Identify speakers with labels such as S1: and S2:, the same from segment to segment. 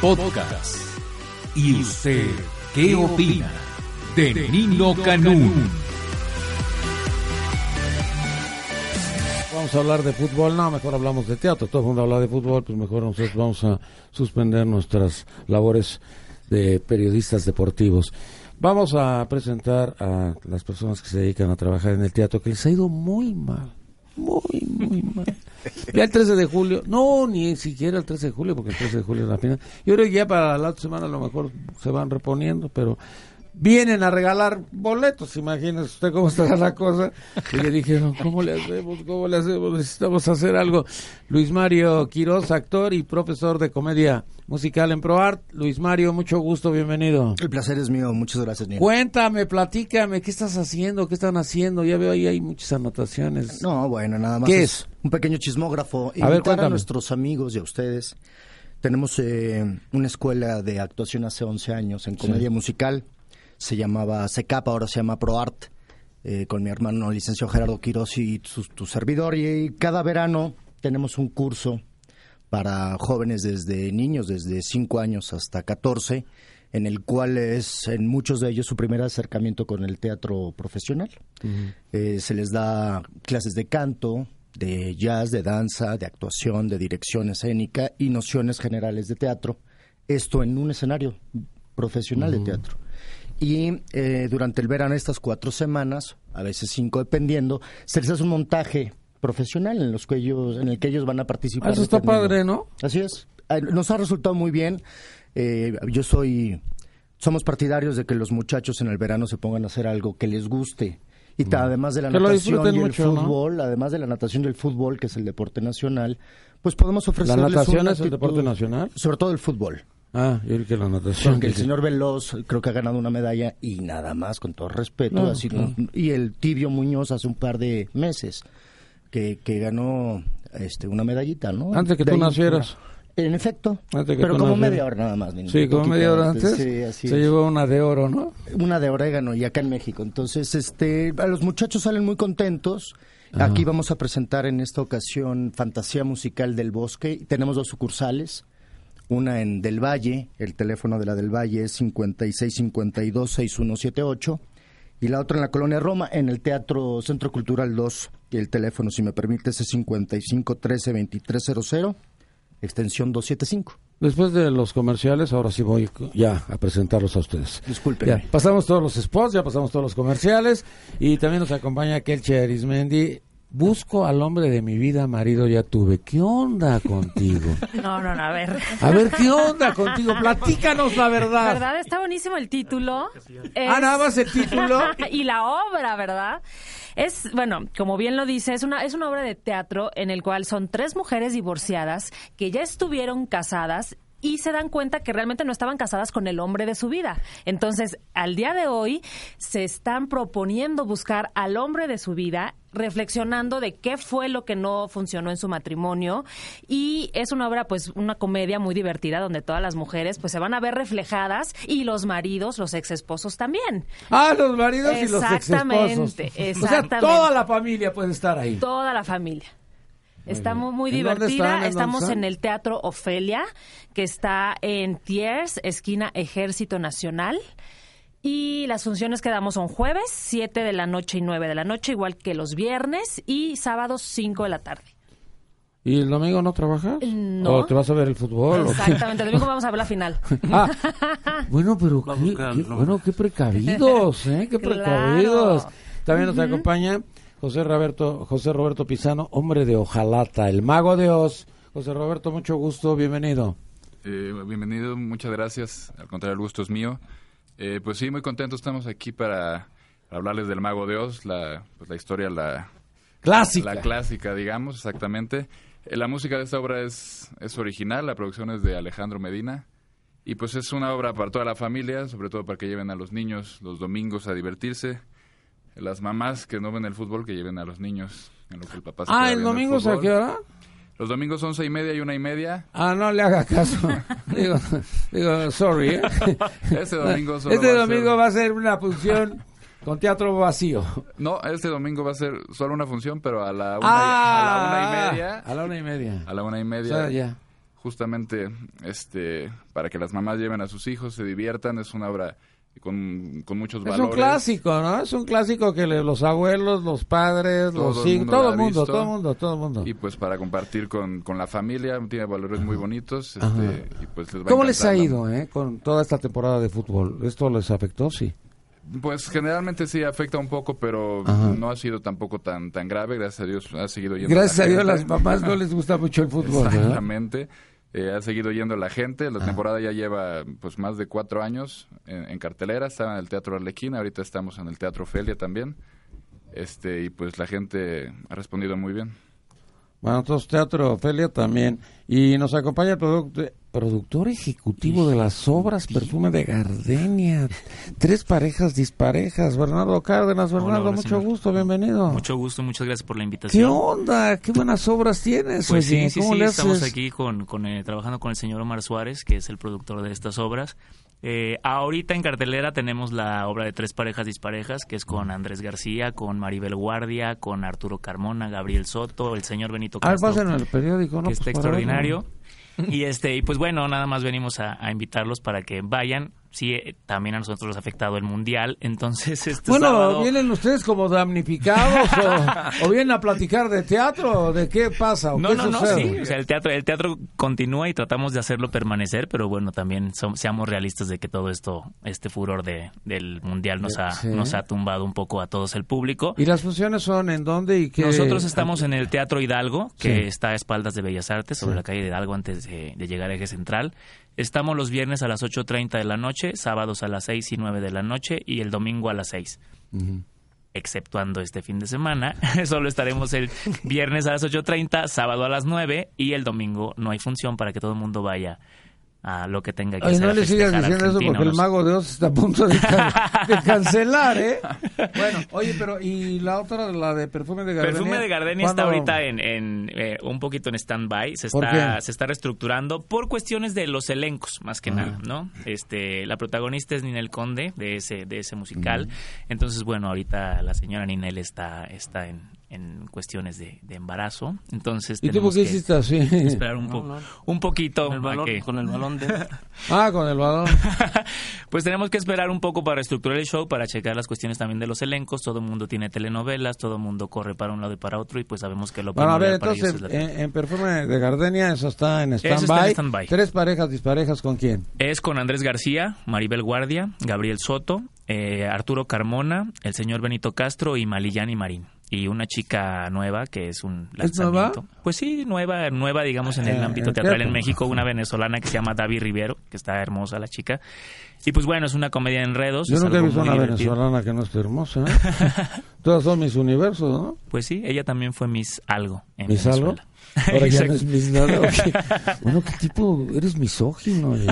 S1: Podcast. ¿Y usted qué opina de Nino Canún?
S2: Vamos a hablar de fútbol, no, mejor hablamos de teatro. Todo el mundo habla de fútbol, pues mejor nosotros vamos a suspender nuestras labores de periodistas deportivos. Vamos a presentar a las personas que se dedican a trabajar en el teatro, que les ha ido muy mal. Muy, muy mal. Ya el 13 de julio, no, ni siquiera el 13 de julio, porque el 13 de julio es la final. Yo creo que ya para la otra semana a lo mejor se van reponiendo, pero vienen a regalar boletos. Imagínese usted cómo estará la cosa. Y le dijeron, ¿cómo le hacemos? ¿Cómo le hacemos? Necesitamos hacer algo. Luis Mario Quiroz, actor y profesor de comedia musical en ProArt. Luis Mario, mucho gusto, bienvenido.
S3: El placer es mío, muchas gracias, Nino.
S2: Cuéntame, platícame, ¿qué estás haciendo? ¿Qué están haciendo? Ya veo ahí hay muchas anotaciones.
S3: No, bueno, nada más.
S2: Pues, ¿Qué es?
S3: Un pequeño chismógrafo.
S2: A ver,
S3: Invitar
S2: cuéntame.
S3: a nuestros amigos y a ustedes. Tenemos eh, una escuela de actuación hace 11 años en comedia musical. Se llamaba SECAP, ahora se llama ProArt. eh, con mi hermano licenciado Gerardo Quiroz y su- tu servidor. Y cada verano tenemos un curso para jóvenes desde niños, desde 5 años hasta 14, en el cual es en muchos de ellos su primer acercamiento con el teatro profesional. Eh, se les da clases de canto, de jazz, de danza, de actuación, de dirección escénica y nociones generales de teatro. Esto en un escenario profesional de teatro. Y eh, durante el verano, estas cuatro semanas, a veces cinco dependiendo, se les hace un montaje profesional en, los que ellos, en el que ellos van a participar.
S2: Ah, Eso está
S3: dependiendo.
S2: padre, ¿no?
S3: Así es. Eh, Nos ha resultado muy bien. Eh, yo soy. Somos partidarios de que los muchachos en el verano se pongan a hacer algo que les guste. Y ta- además de la
S2: Mm. Que lo
S3: natación
S2: disfruten
S3: y el
S2: mucho, ¿no?
S3: fútbol, además de la natación y el fútbol, que es el deporte nacional, pues podemos
S2: ¿La
S3: ofrecerles
S2: natación
S3: una
S2: es el
S3: actitud-
S2: deporte nacional?
S3: Sobre todo el fútbol.
S2: Ah, yo creo que la natación.
S3: Porque el
S2: dije.
S3: señor Veloz creo que ha ganado una medalla y nada más, con todo respeto.
S2: No,
S3: así,
S2: claro.
S3: Y el tibio Muñoz hace un par de meses que, que ganó este, una medallita, ¿no?
S2: Antes que
S3: De
S2: tú
S3: ahí-
S2: nacieras.
S3: En efecto.
S2: Antes que
S3: pero
S2: tú
S3: como
S2: nacieras.
S3: media hora nada más. ni-
S2: Sí, como
S3: poquito
S2: media hora antes.
S3: Sí, así
S2: se
S3: es.
S2: llevó una de oro, ¿no?
S3: Una de orégano y acá en México. Entonces, este, a los muchachos salen muy contentos. Aquí vamos a presentar en esta ocasión Fantasía Musical del Bosque. Tenemos dos sucursales. Una en Del Valle, el teléfono de la Del Valle es 5652-6178. Y la otra en la Colonia Roma, en el Teatro Centro Cultural 2. Y el teléfono, si me permites, es 5513-2300, extensión 275.
S2: Después de los comerciales, ahora sí voy ya a presentarlos a ustedes.
S3: Discúlpenme.
S2: Ya, pasamos todos los spots, ya pasamos todos los comerciales y también nos acompaña Kelche Arismendi. Busco al hombre de mi vida, marido ya tuve. ¿Qué onda contigo?
S4: No, no, no, a ver.
S2: A ver, ¿qué onda contigo? Platícanos la verdad.
S4: ¿Verdad? Está buenísimo el título.
S2: Ah, nada más el título.
S4: y la obra, ¿verdad? Es, bueno, como bien lo dice, es una, es una obra de teatro en el cual son tres mujeres divorciadas que ya estuvieron casadas y se dan cuenta que realmente no estaban casadas con el hombre de su vida. Entonces, al día de hoy, se están proponiendo buscar al hombre de su vida reflexionando de qué fue lo que no funcionó en su matrimonio y es una obra pues una comedia muy divertida donde todas las mujeres pues se van a ver reflejadas y los maridos, los exesposos también.
S2: Ah, los maridos y los
S4: Exactamente,
S2: exesposos. O sea,
S4: exactamente.
S2: toda la familia puede estar ahí.
S4: toda la familia. Está
S2: bien.
S4: mu- muy
S2: ¿En dónde
S4: divertida.
S2: están? ¿En dónde
S4: Estamos
S2: están?
S4: en el Teatro Ofelia, que está en Tiers, esquina Ejército Nacional. Y las funciones que damos son jueves, 7 de la noche y 9 de la noche, igual que los viernes, y sábados, 5 de la tarde.
S2: ¿Y el domingo no trabajas?
S4: No.
S2: ¿O te vas a ver el fútbol? o qué?
S4: Exactamente, el domingo vamos a ver la final.
S2: Ah, bueno, pero qué, qué- bueno, qué precavidos, ¿eh? Qué precavidos.
S4: Claro.
S2: También nos acompaña José Roberto, José Roberto Pizano, hombre de Ojalata, el mago de Oz. José Roberto, mucho gusto, bienvenido.
S5: Eh, bienvenido, muchas gracias. Al contrario, el gusto es mío. Eh, pues sí, muy contentos estamos aquí para hablarles del Mago de Oz, la, pues, la historia, la,
S2: Clásica.
S5: la clásica, digamos, exactamente. Eh, la música de esta obra es, es original, la producción es de Alejandro Medina. Y pues es una obra para toda la familia, sobre todo para que lleven a los niños los domingos a divertirse. Las mamás que no ven el fútbol, que lleven a los niños en lo que el papá se queda
S2: ah, ¿el
S5: viendo
S2: domingo es a
S5: fútbol.
S2: qué hora?
S5: Los domingos once y media y una y media.
S2: Ah, no le haga caso. digo, digo, sorry, ¿eh?
S5: Ese domingo solo
S2: Este
S5: va a ser-
S2: domingo va a ser una función con teatro vacío.
S5: No, este domingo va a ser solo una función, pero a la una, y, a la una y media.
S2: A la una y media.
S5: A la una y media.
S2: Ah. O sea, ya.
S5: justamente este para que las mamás lleven a sus hijos, se diviertan, es una obra con, con muchos
S2: Es
S5: valores.
S2: un clásico, ¿no? Es un clásico que le- los abuelos, los padres,
S5: Todo
S2: los
S5: el
S2: hijos,
S5: mundo
S2: todo
S5: la
S2: el
S5: ha
S2: mundo,
S5: visto.
S2: todo el mundo, todo el mundo.
S5: Y pues para compartir con, con la familia, tiene valores muy bonitos.
S2: Ajá.
S5: Este, y pues les va a
S2: ¿Cómo les ha
S5: encantar la-
S2: ido eh, con toda esta temporada de fútbol? ¿Esto les afectó? Sí.
S5: Pues generalmente sí afecta un poco, pero
S2: Ajá.
S5: no ha sido tampoco tan tan grave. Gracias a Dios ha seguido yendo.
S2: Gracias
S5: la
S2: a Dios
S5: gente.
S2: las mamás no les gusta mucho el fútbol. ¿verdad?
S5: Exactamente. Eh, ha seguido yendo la gente.
S2: Ah.
S5: La temporada ya lleva pues más de cuatro años en, en cartelera. Estaba en el Teatro Arlequín, ahorita estamos en el Teatro Felia también. Este, y pues la gente ha respondido muy bien.
S2: Bueno, entonces Teatro Ofelia también. Y nos acompaña el product- productor ejecutivo de las obras Perfume de Gardenia. Tres parejas disparejas. Bernardo Cárdenas,
S6: Hola,
S2: Bernardo,
S6: hola,
S2: mucho
S6: señor.
S2: gusto, bienvenido.
S6: Mucho gusto, muchas gracias por la invitación.
S2: ¿Qué onda? ¿Qué buenas obras tienes?
S6: Pues sí,
S2: oye?
S6: sí,
S2: ¿Cómo
S6: sí,
S2: le
S6: estamos
S2: haces?
S6: aquí con, con, eh, trabajando con el señor Omar Suárez, que es el productor de estas obras. Eh, ahorita en cartelera tenemos la obra de Tres Parejas Disparejas, que es
S2: Mm.
S6: con Andrés García, con Maribel Guardia, con Arturo Carmona, Gabriel Soto, el señor Benito
S2: A ver,
S6: Castro,
S2: pásenme Ah, el periódico, ¿no?
S6: que está
S2: Pues para verlo.
S6: extraordinario. Y este y pues bueno, nada más venimos a, a invitarlos para que vayan. Sí, eh, también a nosotros nos ha afectado el Mundial, entonces este
S2: Bueno,
S6: sábado...
S2: ¿vienen ustedes como damnificados o, o vienen a platicar de teatro? o ¿De qué pasa? ¿O
S6: No,
S2: qué
S6: no, no,
S2: sucede?
S6: sí. O sea, el teatro, el teatro continúa y tratamos de hacerlo permanecer, pero bueno, también som- seamos realistas de que todo esto, este furor de, del mundial nos ha,
S2: Sí.
S6: nos ha tumbado un poco a todos el público.
S2: ¿Y las funciones son en dónde y qué?
S6: Nosotros estamos en el Teatro Hidalgo, que
S2: Sí.
S6: está a espaldas de Bellas Artes, sobre la calle de Hidalgo antes de, de llegar a Eje Central. Estamos los viernes a las 8.30 de la noche, sábados a las 6 y 9 de la noche y el domingo a las 6. Exceptuando este fin de semana, solo estaremos el viernes a las 8.30, sábado a las 9 y el domingo no hay función para que todo el mundo vaya a lo que tenga que
S2: Ay,
S6: hacer.
S2: no
S6: a
S2: le sigas
S6: festejar
S2: diciendo eso
S6: Argentina,
S2: porque el
S6: ¿no?
S2: mago de Dios está a punto de, can- de cancelar, ¿eh? Bueno, oye, pero ¿y la otra, la de perfume de gardenia?
S6: Perfume de Gardenia está
S2: ¿Cuándo?
S6: ahorita en, en, eh, un poquito en stand-by, se
S2: ¿Por
S6: está,
S2: qué? Ah.
S6: se está reestructurando por cuestiones de los elencos, más que nada, ¿no? Este, la protagonista es Ninel Conde de ese, de ese musical. Entonces, bueno, ahorita la señora Ninel está, está en, en cuestiones de, de embarazo. Entonces
S2: ¿Y tú por
S6: tenemos
S2: qué
S6: que
S2: hiciste así?
S6: esperar un, po- un poquito.
S7: Con el,
S6: a
S7: valor,
S6: que-
S7: con el balón de...
S2: Ah, con el balón.
S6: pues tenemos que esperar un poco para estructurar el show, para checar las cuestiones también de los elencos. Todo el mundo tiene telenovelas, todo el mundo corre para un lado y para otro, y pues sabemos que lo
S2: Bueno, a
S6: primordial
S2: ver,
S6: para ellos
S2: entonces,
S6: es la
S2: en, en perfume de gardenia, eso está en
S6: está en
S2: stand-by.
S6: stand-by.
S2: Tres parejas disparejas, ¿con quién?
S6: Es con Andrés García, Maribel Guardia, Gabriel Soto, eh, Arturo Carmona, el señor Benito Castro y Malillani Marín. Y una chica nueva que es un
S2: ¿Es
S6: lanzamiento. Pues sí, nueva, nueva digamos en el
S2: Eh,
S6: ámbito
S2: eh,
S6: teatral
S2: teatro.
S6: en México, una venezolana que se llama David Rivero, que está hermosa la chica. Y pues bueno, es una comedia de
S7: Pues
S6: enredos.
S2: Yo
S6: es
S2: nunca he
S6: algo
S2: visto
S6: muy
S2: una
S6: divertido.
S2: venezolana que no esté hermosa, ¿eh? Todas son mis universos, ¿no?
S6: Pues sí, ella también fue Miss Algo en
S2: ¿Mis algo?
S6: Venezuela.
S2: Ahora ya no
S6: Exacto.
S2: es mis nada. ok. Bueno, qué tipo, eres misógino. oye.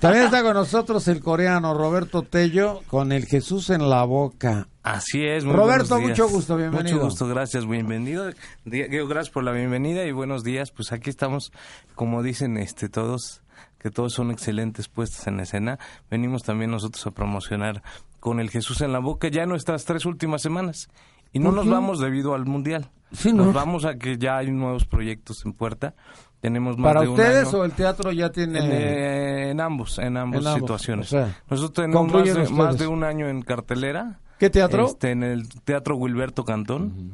S2: También está con nosotros el coreano Roberto Tello con el Jesús en la boca.
S7: Así es. muy
S2: Roberto,
S7: buenos días.
S2: mucho gusto, bienvenido.
S7: Mucho gusto, gracias, bienvenido. Di- Diego, gracias por la bienvenida y buenos días. Pues aquí estamos, como dicen este todos, que todos son excelentes puestas en escena. Venimos también nosotros a promocionar con el Jesús en la boca ya nuestras tres últimas semanas. Y no
S2: ¿Por
S7: nos
S2: qué?
S7: vamos debido al Mundial.
S2: Sí, ¿no?
S7: Nos vamos a que ya hay nuevos proyectos en puerta. Tenemos más
S2: ¿Para
S7: de un
S2: ustedes
S7: año.
S2: o el teatro ya tiene...?
S7: En, eh, en ambos, en ambas
S2: ambos,
S7: situaciones.
S2: o sea,
S7: Nosotros tenemos más
S2: concluyen
S7: de,
S2: ustedes.
S7: más de un año en cartelera.
S2: ¿Qué teatro?
S7: Este, en el Teatro Wilberto Cantón.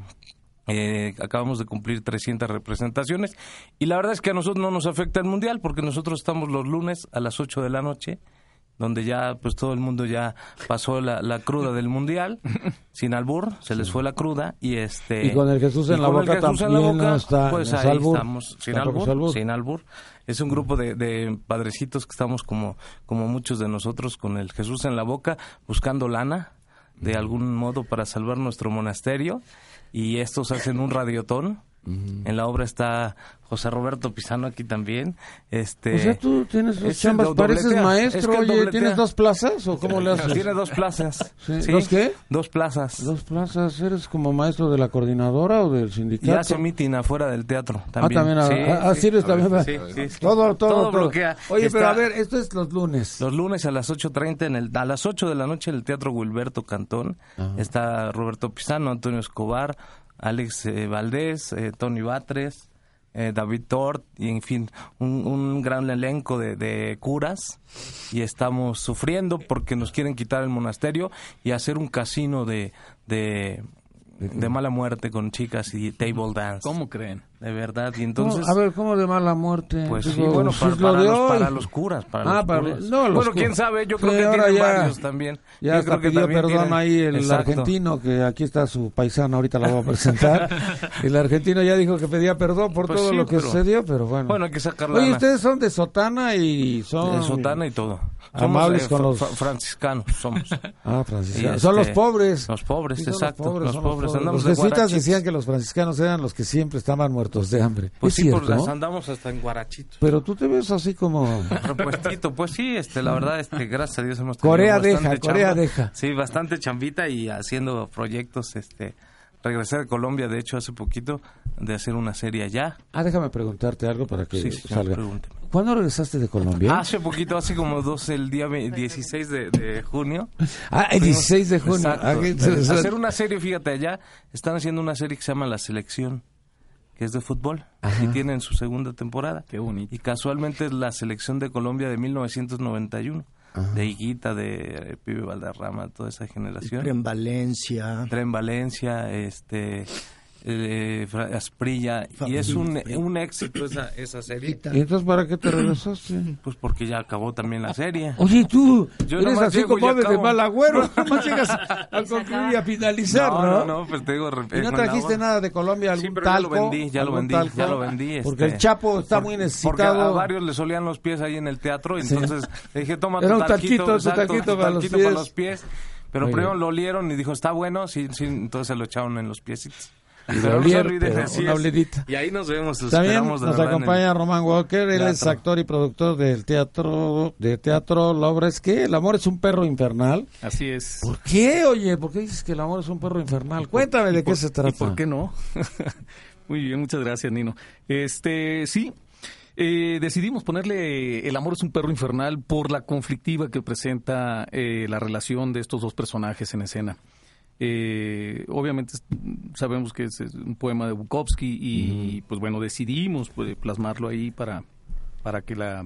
S7: Eh, acabamos de cumplir 300 representaciones y la verdad es que a nosotros no nos afecta el mundial porque nosotros estamos los lunes a las 8 de la noche donde ya pues todo el mundo ya pasó la, la cruda del mundial sin albur se les fue la cruda y este
S2: Y con el Jesús en la
S7: con el
S2: boca
S7: Jesús en la
S2: también
S7: boca,
S2: no está-
S7: pues
S2: no es
S7: ahí
S2: albur.
S7: estamos sin
S2: Tampoco
S7: albur,
S2: es albur.
S7: sin albur es un grupo de, de padrecitos que estamos como como muchos de nosotros con el Jesús en la boca buscando lana de algún modo para salvar nuestro monasterio y estos hacen un radiotón. En la obra está José Roberto Pizano aquí también. Este,
S2: O sea, tú tienes dos
S7: es el
S2: chambas,
S7: do-
S2: pareces
S7: dobletea, es
S2: maestro,
S7: que el
S2: oye,
S7: dobletea.
S2: ¿tienes dos plazas o cómo le haces?
S7: Tiene dos plazas.
S2: Sí, ¿dos qué?
S7: Dos plazas.
S2: Dos plazas, ¿eres como maestro de la coordinadora o del
S7: Y
S2: sindicato?
S7: hace mitin afuera del teatro
S2: Ah,
S7: también.
S2: también, ah,
S7: Sí,
S2: ah, ah,
S7: sí.
S2: sirves también.
S5: a
S2: va.
S5: ver,
S7: sí, sí.
S2: Todo, todo, todo.
S7: Todo bloquea.
S2: Oye, pero
S7: Está-
S2: a ver, esto es los lunes.
S7: Los lunes a las 8.30, en el, a las 8 de la noche en el Teatro Wilberto Cantón. Está Roberto Pizano, Antonio Escobar, Alex eh, Valdés, eh, Tony Batres, eh, David Tort, y en fin, un, un gran elenco de, de curas. Y estamos sufriendo porque nos quieren quitar el monasterio y hacer un casino de, de, de mala muerte con chicas y table dance.
S5: ¿Cómo creen?
S7: De verdad, y entonces...
S2: No, a ver, ¿cómo de mala muerte?
S7: Pues sí,
S2: Digo,
S7: bueno,
S2: si
S7: para,
S2: es lo
S7: para
S2: de
S7: los,
S2: hoy.
S7: para los curas. Para
S2: Ah,
S7: los
S2: para
S7: curas.
S2: los- no, los
S7: bueno,
S2: curas.
S7: quién sabe, yo
S2: Sí,
S7: creo que
S2: ahora
S7: tienen
S2: ya-
S7: varios también.
S2: Ya
S7: Yo
S2: hasta
S7: creo que
S2: pidió
S7: también
S2: perdón
S7: tienen-
S2: ahí el
S7: Exacto.
S2: argentino, que aquí está su paisano, ahorita la voy a presentar. el argentino ya dijo que pedía perdón por
S7: Pues
S2: todo
S7: sí,
S2: lo que
S7: pero-
S2: sucedió, pero bueno.
S7: Bueno, hay que sacar
S2: Oye,
S7: lana.
S2: ustedes son de sotana y son...
S7: De sotana y todo.
S2: Amables
S7: eh,
S2: con
S7: fra-
S2: los-
S7: fra- franciscanos, somos.
S2: Ah, franciscanos.
S7: Y
S2: Son los
S7: este,
S2: pobres.
S7: Los pobres,
S2: Sí, son
S7: exacto.
S2: Los pobres, son los pobres.
S7: andamos
S2: Los
S7: de
S2: jesuitas
S7: guarachitos.
S2: decían que los franciscanos eran los que siempre estaban muertos de hambre.
S7: Pues
S2: es
S7: sí, por
S2: cierto,
S7: las
S2: ¿no?
S7: andamos hasta en guarachitos.
S2: Pero tú te ves así como...
S7: Repuestito, pues sí, este, la verdad es que gracias a Dios hemos
S2: Corea
S7: bastante
S2: deja, Corea deja.
S7: Sí, bastante chambita y haciendo proyectos, este, regresé de Colombia, de hecho, hace poquito, de hacer una serie allá.
S2: Ah, déjame preguntarte algo para que
S7: Sí, sí, Ah, señor,
S2: salga. ¿Eh?
S7: pregúnteme.
S2: ¿Cuándo regresaste de Colombia?
S7: Hace poquito, hace como dos, el día ve- 16 de, de junio.
S2: Ah, el
S7: fuimos-
S2: 16 de junio.
S7: Exacto.
S2: Ah, que- se- se-
S7: hacer una serie, fíjate, allá están haciendo una serie que se llama La Selección, que es de fútbol, y tienen su segunda temporada.
S5: Qué bonito.
S7: Y casualmente es la selección de Colombia de 1991, de Higuita, de eh, Pibe Valderrama, toda esa generación.
S3: En Valencia.
S7: Tren Valencia, este eh, Fra- Asprilla, y
S3: Fabián
S7: es un, un éxito esa, esa serie.
S2: ¿Y entonces para qué te regresaste?
S7: Pues porque ya acabó también la serie.
S2: Oye, tú,
S7: Yo
S2: eres
S7: nomás
S2: así
S7: llego y
S2: como ave de
S7: acabo.
S2: mal agüero. Nomás llegas a concluir y a finalizar, ¿no?
S7: no, no, pues te digo,
S2: Y no trajiste nada de Colombia, algún
S7: Sí, pero ya
S2: talco.
S7: lo vendí, ya lo
S2: algún
S7: vendí,
S2: talco?
S7: ya lo vendí.
S2: Porque
S7: este,
S2: el Chapo está
S7: por-
S2: muy
S7: Porque a
S2: necesitado.
S7: varios le solían los pies ahí en el teatro, entonces le dije, toma tu
S2: Era un
S7: talquito,
S2: talquito, tu
S7: exacto,
S2: talquito para los
S7: talquito
S2: pies.
S7: Pero
S2: Muy
S7: primero
S2: bien.
S7: lo olieron y dijo, está bueno, sí, sí, entonces se lo echaron en los piecitos.
S2: lo
S7: no se
S2: olieron,
S7: olviden,
S2: pero
S7: así
S2: una
S7: es.
S2: oledita.
S7: Y ahí nos vemos, los
S2: También
S7: esperamos,
S2: nos
S7: de verdad, en el-
S2: acompaña Román Walker, él es
S7: teatro.
S2: actor y productor del teatro, de teatro, la obra es que el amor es un perro infernal.
S5: Así es.
S2: ¿Por qué, oye? ¿Por qué dices que el amor es un perro infernal? Cuéntame de qué se trata.
S8: ¿Y por qué no? Muy bien, muchas gracias, Nino. Este, sí. eh, decidimos ponerle eh, El amor es un perro infernal por la conflictiva que presenta eh, la relación de estos dos personajes en escena. Eh, obviamente es- sabemos que es es un poema de Bukowski y pues bueno, decidimos pues, plasmarlo ahí para, para que la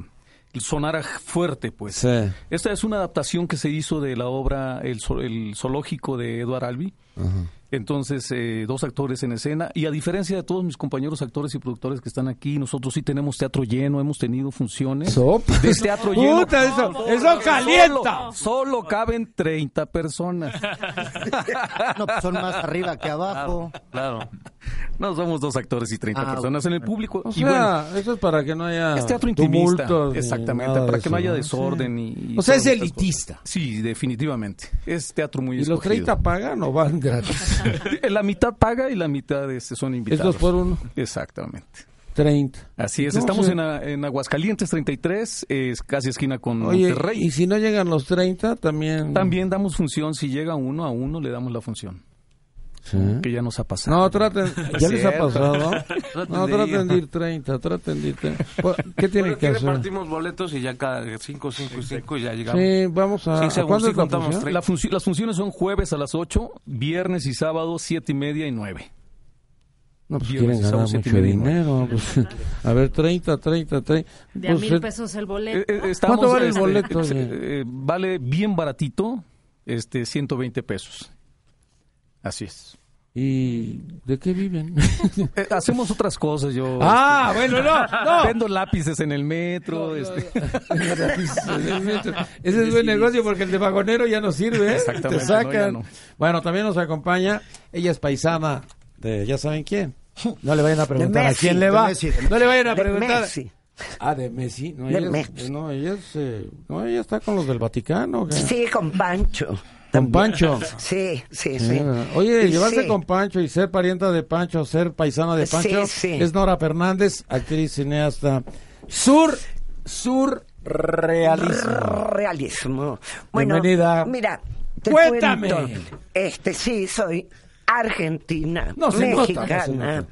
S8: sonara fuerte, pues.
S2: Sí.
S8: Esta es una adaptación que se hizo de la obra El, Zo- el zoológico de Edward Albi. Entonces, eh, dos actores en escena. Y a diferencia de todos mis compañeros actores y productores que están aquí, nosotros sí tenemos teatro lleno, hemos tenido funciones
S2: Sopas.
S8: de teatro lleno.
S2: Puta, eso, eso calienta.
S8: Solo, solo caben 30 personas.
S3: No, pues son más arriba que abajo.
S7: Claro.
S8: No somos dos actores y 30
S3: Ah,
S8: personas en el público.
S2: O
S8: y bueno,
S2: sea, eso es para que no haya
S8: es teatro intimista.
S2: tumultos ni
S8: exactamente,
S2: nada
S8: para
S2: de
S8: que no
S2: eso,
S8: haya desorden.
S2: Sí.
S8: Y, y
S2: o sea, es
S8: todas estas cosas.
S2: elitista.
S8: Sí, definitivamente. Es teatro muy
S2: ¿Y los
S8: escogido.
S2: 30 pagan o van gratis?
S8: La mitad paga y la mitad este, son
S2: es
S8: invitados.
S2: dos por uno.
S8: Exactamente.
S2: 30.
S8: Así es.
S2: No,
S8: Estamos
S2: sí.
S8: en, a- en Aguascalientes 33, es casi esquina con
S2: Oye,
S8: Monterrey.
S2: y si no llegan los 30, también...
S8: También damos función. Si llega uno a uno, le damos la función.
S2: Sí.
S8: Que ya nos ha pasado.
S2: No, traten, ya les ha pasado. No,
S7: de ir.
S2: traten de ir 30, traten de ir 30. Pues, ¿Qué tienen
S7: Bueno,
S2: que
S7: aquí
S2: hacer?
S7: repartimos boletos y ya cada 5, 5 y 5 ya llegamos.
S2: Sí, vamos a...
S7: Sí,
S2: ¿a
S7: según
S2: ¿Cuándo
S7: sí
S2: es la
S7: contamos
S2: función?
S7: tres.
S8: La funci- las funciones son jueves a las 8, viernes y sábado 7 y media y 9.
S2: No, pues
S8: Yo
S2: quieren
S8: les hago
S2: ganar
S8: siete
S2: mucho
S8: mil, ¿no?
S2: dinero. pues. a ver, 30, 30, 30.
S4: De a
S2: Pues,
S4: mil
S2: eh,
S4: pesos el
S8: Eh,
S4: boleto.
S8: eh, estamos,
S2: ¿Cuánto vale el
S8: este,
S2: boleto,
S8: eh,
S2: oye?
S8: eh, vale bien baratito, este 120 pesos. Así es.
S2: ¿Y de qué viven?
S8: Eh, hacemos otras cosas, yo. este,
S2: ah, bueno, no, no.
S8: Vendo lápices en el metro. este.
S2: Ese es buen negocio porque el de vagonero ya no sirve. ¿eh?
S8: Exactamente,
S2: Te
S8: no, ya
S2: sacan.
S8: no.
S2: Bueno, también nos acompaña. Ella es paisana de ya saben quién. No le vayan a preguntar
S9: Messi,
S2: a quién le
S9: de
S2: va.
S3: Messi, de-
S2: no le vayan a
S9: de
S2: preguntar.
S9: Messi.
S2: Ah, de Messi. No,
S9: De
S2: ella, es-
S9: Messi.
S2: no, ella, es, eh, no, ella está con los del Vaticano. ¿qué?
S9: Sí, con Pancho.
S2: Con Pancho.
S9: Sí, sí, sí.
S2: Ah, Oye,
S9: Y
S2: llevarse
S9: sí,
S2: con Pancho y ser parienta de Pancho, ser paisana de
S9: Sí,
S2: Pancho,
S9: sí.
S2: es Nora Fernández, actriz cineasta. Sur, sur realismo.
S9: Realismo. Bueno,
S2: Bienvenida.
S9: Mira, te
S2: Cuéntame.
S9: cuento. Este, sí, soy argentina,
S2: No se nota, no se
S9: mexicana.
S2: nota.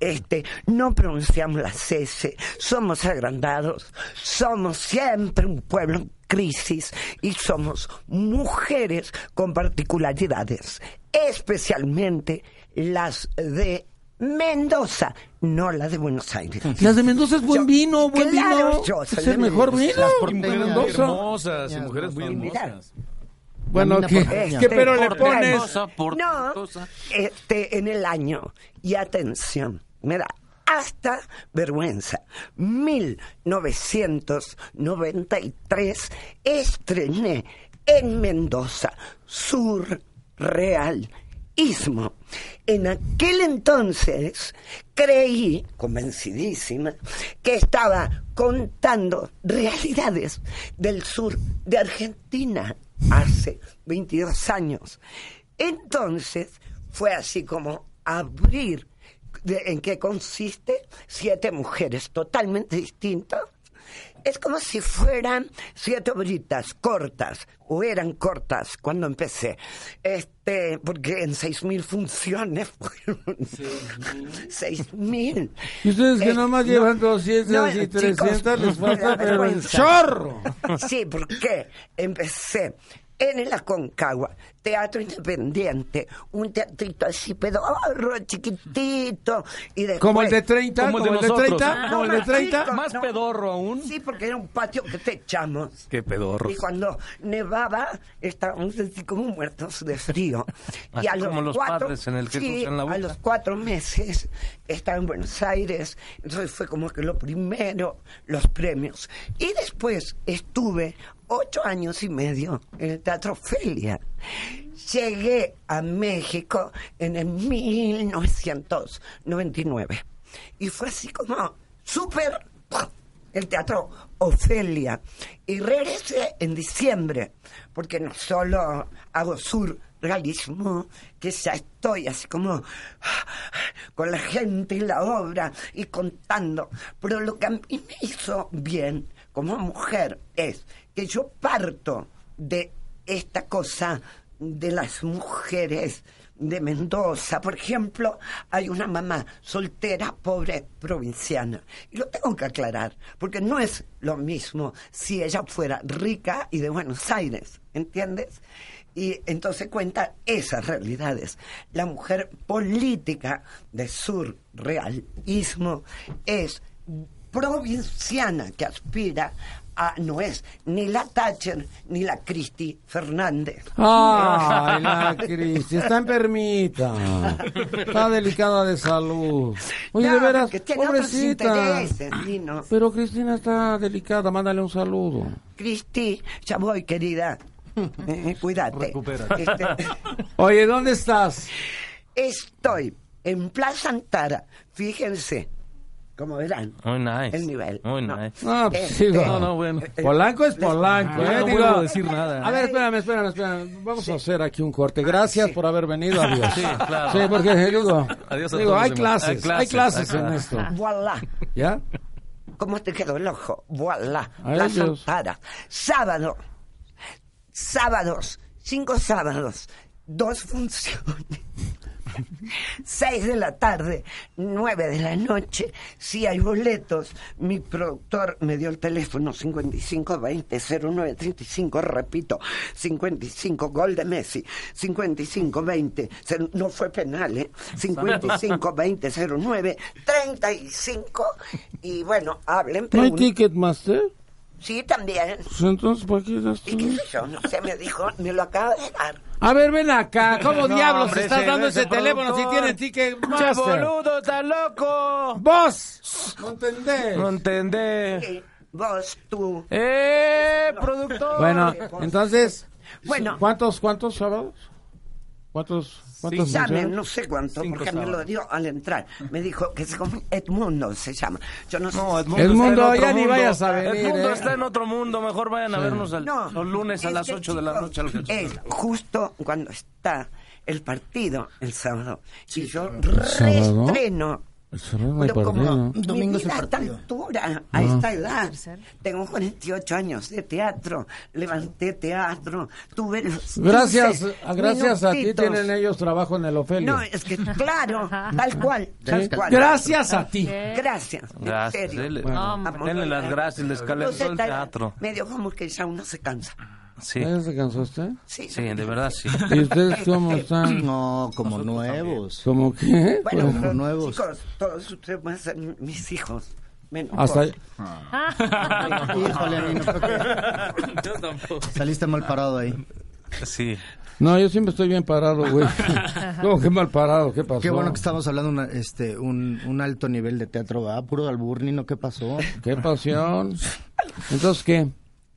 S9: Este, no pronunciamos las S, somos agrandados, somos siempre un pueblo en crisis y somos mujeres con particularidades, especialmente las de Mendoza, no la de Buenos Aires.
S2: Las de Mendoza es buen
S9: Yo-
S2: vino, buen
S9: claro,
S2: vino.
S9: yo soy
S2: es
S9: de
S2: el mejor
S9: Mendoza.
S2: vino.
S3: Las
S2: Y
S3: porteñas.
S2: Mendoza.
S8: Hermosas y mujeres muy
S9: Y mira,
S8: hermosas.
S2: Bueno,
S3: Una
S2: ¿qué,
S3: porteña.
S2: qué pero le
S9: Porteña.
S2: pones?
S9: No, este, en el año. Y atención, me da hasta vergüenza. 1993 estrené en Mendoza, Sur Real. Istmo. En aquel entonces creí, convencidísima, que estaba contando realidades del sur de Argentina hace 22 años. Entonces fue así como abrir de- en qué consiste siete mujeres totalmente distintas. Es como si fueran siete obritas cortas, o eran cortas cuando empecé, este, porque en seis mil funciones fueron seis mil.
S2: Y ustedes que
S9: Eh,
S2: nomás
S9: no,
S2: llevan 200
S9: no,
S2: y
S9: chicos,
S2: 300 les
S9: me da
S2: falta, pero el
S9: vergüenza.
S2: chorro.
S9: Sí, porque empecé en el Aconcagua, teatro independiente, un teatrito así pedorro, chiquitito, y después...
S2: Como el de 30,
S8: Como
S2: como
S8: el
S2: el
S8: de
S2: de
S8: nosotros.
S2: 30, como el de
S9: Ah,
S2: 30.
S9: chico.
S8: Más
S9: No.
S8: pedorro aún.
S9: Sí, porque era un patio que te echamos.
S8: Qué pedorro.
S9: Y cuando nevaba, estábamos así como muertos de frío.
S7: Así como los padres en el que
S9: sí,
S7: cruzan la boca.
S9: a los cuatro meses estaba en Buenos Aires. Entonces fue como que lo primero, los premios. Y después estuve ocho años y medio en el Teatro Felia. Llegué a México en el 1999. Y fue así como súper el Teatro Ofelia. Y regresé en diciembre, porque no solo hago sur realismo, que ya estoy así como con la gente y la obra y contando. Pero lo que a mí me hizo bien como mujer es que yo parto de esta cosa de las mujeres de Mendoza. Por ejemplo, hay una mamá soltera, pobre, provinciana. Y lo tengo que aclarar, porque no es lo mismo si ella fuera rica y de Buenos Aires, ¿entiendes? Y entonces cuenta esas realidades. La mujer política de sur realismo es provinciana que aspira a no es ni la Thatcher ni la Cristi Fernández.
S2: Ay, la Cristi, está enfermita. Está delicada de salud. Oye,
S9: No,
S2: de veras,
S9: porque tiene otros
S2: pobrecita.
S9: intereses, Nino.
S2: Pero Cristina está delicada, mándale un saludo.
S9: Cristi, ya voy, querida. Eh, Cuídate. Este,
S2: Oye, ¿dónde estás?
S9: estoy en Plaza Antara. Fíjense, como verán,
S7: Muy nice.
S9: el nivel.
S7: Muy
S9: No.
S7: nice.
S2: Ah, pues, sí,
S9: Este,
S2: no,
S8: No, no, bueno.
S2: Polanco es Polanco,
S8: Ah,
S2: ¿eh?
S8: no
S2: Digo,
S8: vuelvo a decir nada.
S2: A ver, espérame, espérame, espérame. Vamos a hacer aquí un corte. Gracias por haber venido. Adiós. Sí,
S7: claro.
S2: porque eh, digo,
S7: Adiós a
S2: digo,
S7: todos
S2: hay,
S7: los demás.
S2: clases, hay clases,
S7: Hay clases,
S2: en
S7: ajá.
S2: esto.
S9: Voilà.
S2: ¿Ya?
S9: ¿Cómo te quedó el ojo? Voilà.
S2: A
S9: Plaza
S2: ellos.
S9: Antara. Sábado. Sábados. Cinco sábados. Dos funciones. Seis de la tarde, nueve de la noche. Si hay boletos, mi productor me dio el teléfono 5520-0935, repito, 55 gol de Messi, 5520, cero- no fue penal, ¿eh? 5520-0935. Y bueno, hablen,
S2: ¿No hay
S9: pregunten.
S2: Ticketmaster?
S9: Sí, también.
S2: Pues entonces, ¿para qué das
S9: ¿Y
S2: tú?
S9: qué sé yo? No sé, me dijo, me lo acaba de dar.
S2: A ver, ven acá. ¿Cómo diablos
S7: hombre,
S2: estás
S7: ese-
S2: dando ese,
S7: ese
S2: teléfono si
S7: productor.
S2: tiene Ticketmaster?
S7: boludo, está loco!
S2: ¡Vos! ¿No entendés?
S7: No entendé.
S9: Sí, Vos, tú.
S7: ¡Eh, productor!
S2: Bueno, entonces,
S9: Bueno.
S2: ¿cuántos, cuántos sábados? ¿Cuántos, cuántos
S9: Llamen, no sé cuánto, porque me lo dio al entrar. Me dijo que se llama Edmundo, se llama. Yo no sé.
S7: No,
S9: si-
S7: Edmundo,
S2: El
S7: está
S2: mundo,
S7: en otro
S2: ya ni
S7: mundo.
S2: vayas a venir,
S7: El mundo
S2: eh.
S7: está en otro mundo. Mejor vayan a vernos al-
S9: No,
S7: los lunes a
S9: es
S7: las
S9: que,
S7: 8 de la
S9: chicos,
S7: noche. al-
S9: Es justo cuando está el partido el sábado. Y yo reestreno.
S2: hay
S9: Pero como mi
S3: Domingo es
S9: vida
S3: el
S9: a esta
S3: partido.
S9: altura,
S7: Ah.
S9: a esta edad, tengo 48 años de teatro, levanté teatro, tuve los 15
S2: Gracias, a- gracias a ti
S9: minutitos.
S2: tienen ellos trabajo en el Ofelio.
S9: No, es que claro, tal cual,
S2: ¿Sí?
S9: tal cual.
S2: Gracias a ti.
S9: Gracias, en
S7: Gracias.
S9: serio.
S7: dele.
S2: Bueno.
S9: Amor.
S7: Denle las gracias, les
S9: No
S7: calentó
S9: sé,
S7: el
S9: tal-
S7: teatro.
S9: Medio como que ya uno se cansa.
S7: Sí,
S2: ¿Ya se cansó usted?
S9: Sí,
S7: sí, de verdad sí.
S2: ¿Y ustedes cómo están?
S3: No, como nuevos.
S2: ¿Cómo qué?
S9: Bueno,
S3: Como
S9: pero,
S3: nuevos.
S9: chicos, todos ustedes van a ser mis hijos. Menos
S2: Hasta
S9: vos.
S3: Híjole, Nino, creo
S7: Yo tampoco.
S3: que saliste mal parado ahí.
S7: Sí.
S2: No, yo siempre estoy bien parado, güey. No, qué mal parado, ¿qué pasó?
S3: Qué bueno que estamos hablando una, este, un, un alto nivel de teatro, ¿verdad? Puro albur, Nino, ¿qué pasó?
S2: Qué pasión. Entonces, ¿qué?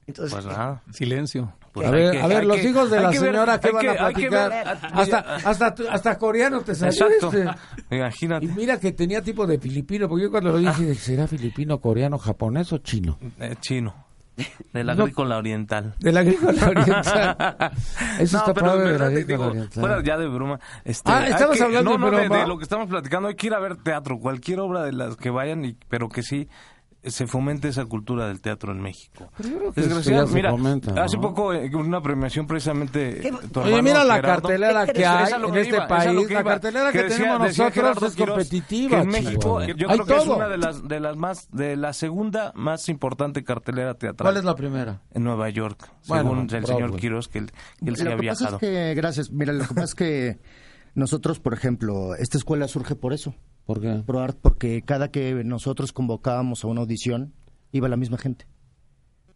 S9: Entonces,
S7: Pues nada.
S8: Silencio.
S7: pues
S2: a
S7: hay
S2: ver,
S7: que-
S2: a ver,
S7: hay
S2: los
S7: que-
S2: hijos de
S7: hay
S2: la
S7: que ver-
S2: señora, ¿qué
S7: hay
S2: van
S7: que-
S2: a
S7: hay que
S2: platicar?
S7: ver-
S2: hasta, hasta, tu- hasta coreano te salió
S7: Exacto.
S2: este. Y
S7: Imagínate.
S2: mira que tenía tipo de filipino, porque yo cuando lo dije,
S7: Ah.
S2: dije, ¿será filipino, coreano, japonés o chino?
S7: Eh, chino. De la
S2: No.
S7: agrícola oriental.
S2: Del agrícola oriental. Eso
S7: No,
S2: está
S7: pero en
S2: padre del
S7: verdad, te
S2: agrícola
S7: digo,
S2: oriental.
S7: fuera ya de broma. este,
S2: Ah,
S7: hay
S2: estabas
S7: que-
S2: hablando
S7: no,
S2: de
S7: no, de,
S2: broma.
S7: de lo que estamos platicando. Hay que ir a ver teatro, cualquier obra de las que vayan, y, pero que sí se fomente esa cultura del teatro en México.
S2: Pero Pues yo creo que esto ya
S7: Desgraciadamente,
S2: se
S7: mira,
S2: fomenta, ¿no?
S7: hace poco eh, una premiación precisamente.
S9: Qué-
S7: tu
S2: Oye,
S7: hermano
S2: mira la
S7: Gerardo,
S2: cartelera
S9: ¿qué
S2: que
S9: crees?
S2: hay
S7: es a lo
S2: en
S7: que
S2: este
S7: iba, es a lo
S2: país.
S7: que
S2: La
S7: iba.
S2: cartelera que
S7: decía-
S2: tenemos
S7: decía Gerardo
S2: nosotros es
S7: Quiroz
S2: competitiva.
S7: que en México,
S2: chihuahua.
S7: yo
S2: hay
S7: creo que
S2: todo.
S7: es una de las, de las más, de la segunda más importante cartelera teatral.
S2: ¿Cuál es la primera?
S7: En Nueva York,
S2: Bueno,
S7: según el señor
S2: Broadway.
S7: Quiroz, que él, que él se
S3: lo
S7: ha
S3: que pasa es
S7: viajado.
S3: que, gracias, mira, lo que pasa es que nosotros, por ejemplo, esta escuela surge por eso,
S2: ¿Por qué?
S3: ProArt, porque cada que nosotros convocábamos a una audición, iba la misma gente.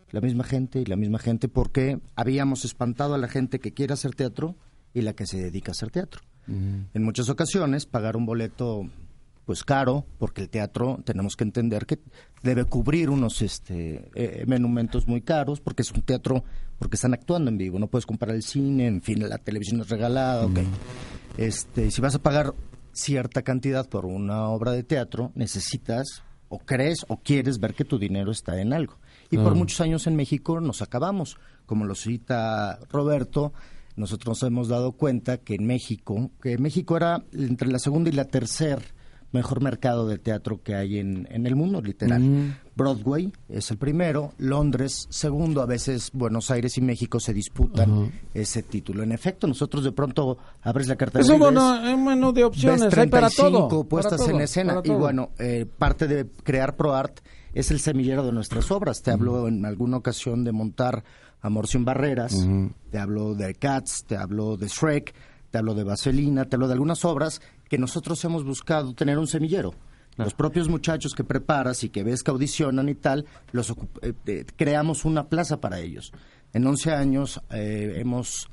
S3: La misma gente y la misma gente, porque habíamos espantado a la gente que quiere hacer teatro y la que se dedica a hacer teatro. En muchas ocasiones, pagar un boleto pues caro, porque el teatro tenemos que entender que debe cubrir unos este eh, monumentos muy caros, porque es un teatro, porque están actuando en vivo, no puedes comprar el cine, en fin, la televisión es regalada, ok. Este, si vas a pagar cierta cantidad por una obra de teatro, necesitas o crees o quieres ver que tu dinero está en algo. Y por
S2: Claro.
S3: muchos años en México nos acabamos. Como lo cita Roberto, nosotros nos hemos dado cuenta que en México, que México era entre la segunda y la tercer mejor mercado de teatro que hay en, en el mundo, literal. Broadway es el primero, Londres segundo, a veces Buenos Aires y México se disputan ese título. En efecto, nosotros de pronto abres la cartera
S2: Es
S3: y
S2: un
S3: ves-
S2: mono-
S7: eh,
S2: un menú de Pues opciones,
S3: ves
S2: hay para todo.
S3: 35 puestas
S2: para todo,
S3: en escena.
S2: para
S3: Y
S2: todo.
S3: bueno, eh, parte de crear ProArt es el semillero de nuestras obras. Te hablo en alguna ocasión de montar Amor sin barreras, te hablo de Cats, te hablo de Shrek, te hablo de Vaselina, te hablo de algunas obras que nosotros hemos buscado tener un semillero. Los propios muchachos que preparas y que ves que audicionan y tal, los ocup- eh, eh, creamos una plaza para ellos. En 11 años eh, hemos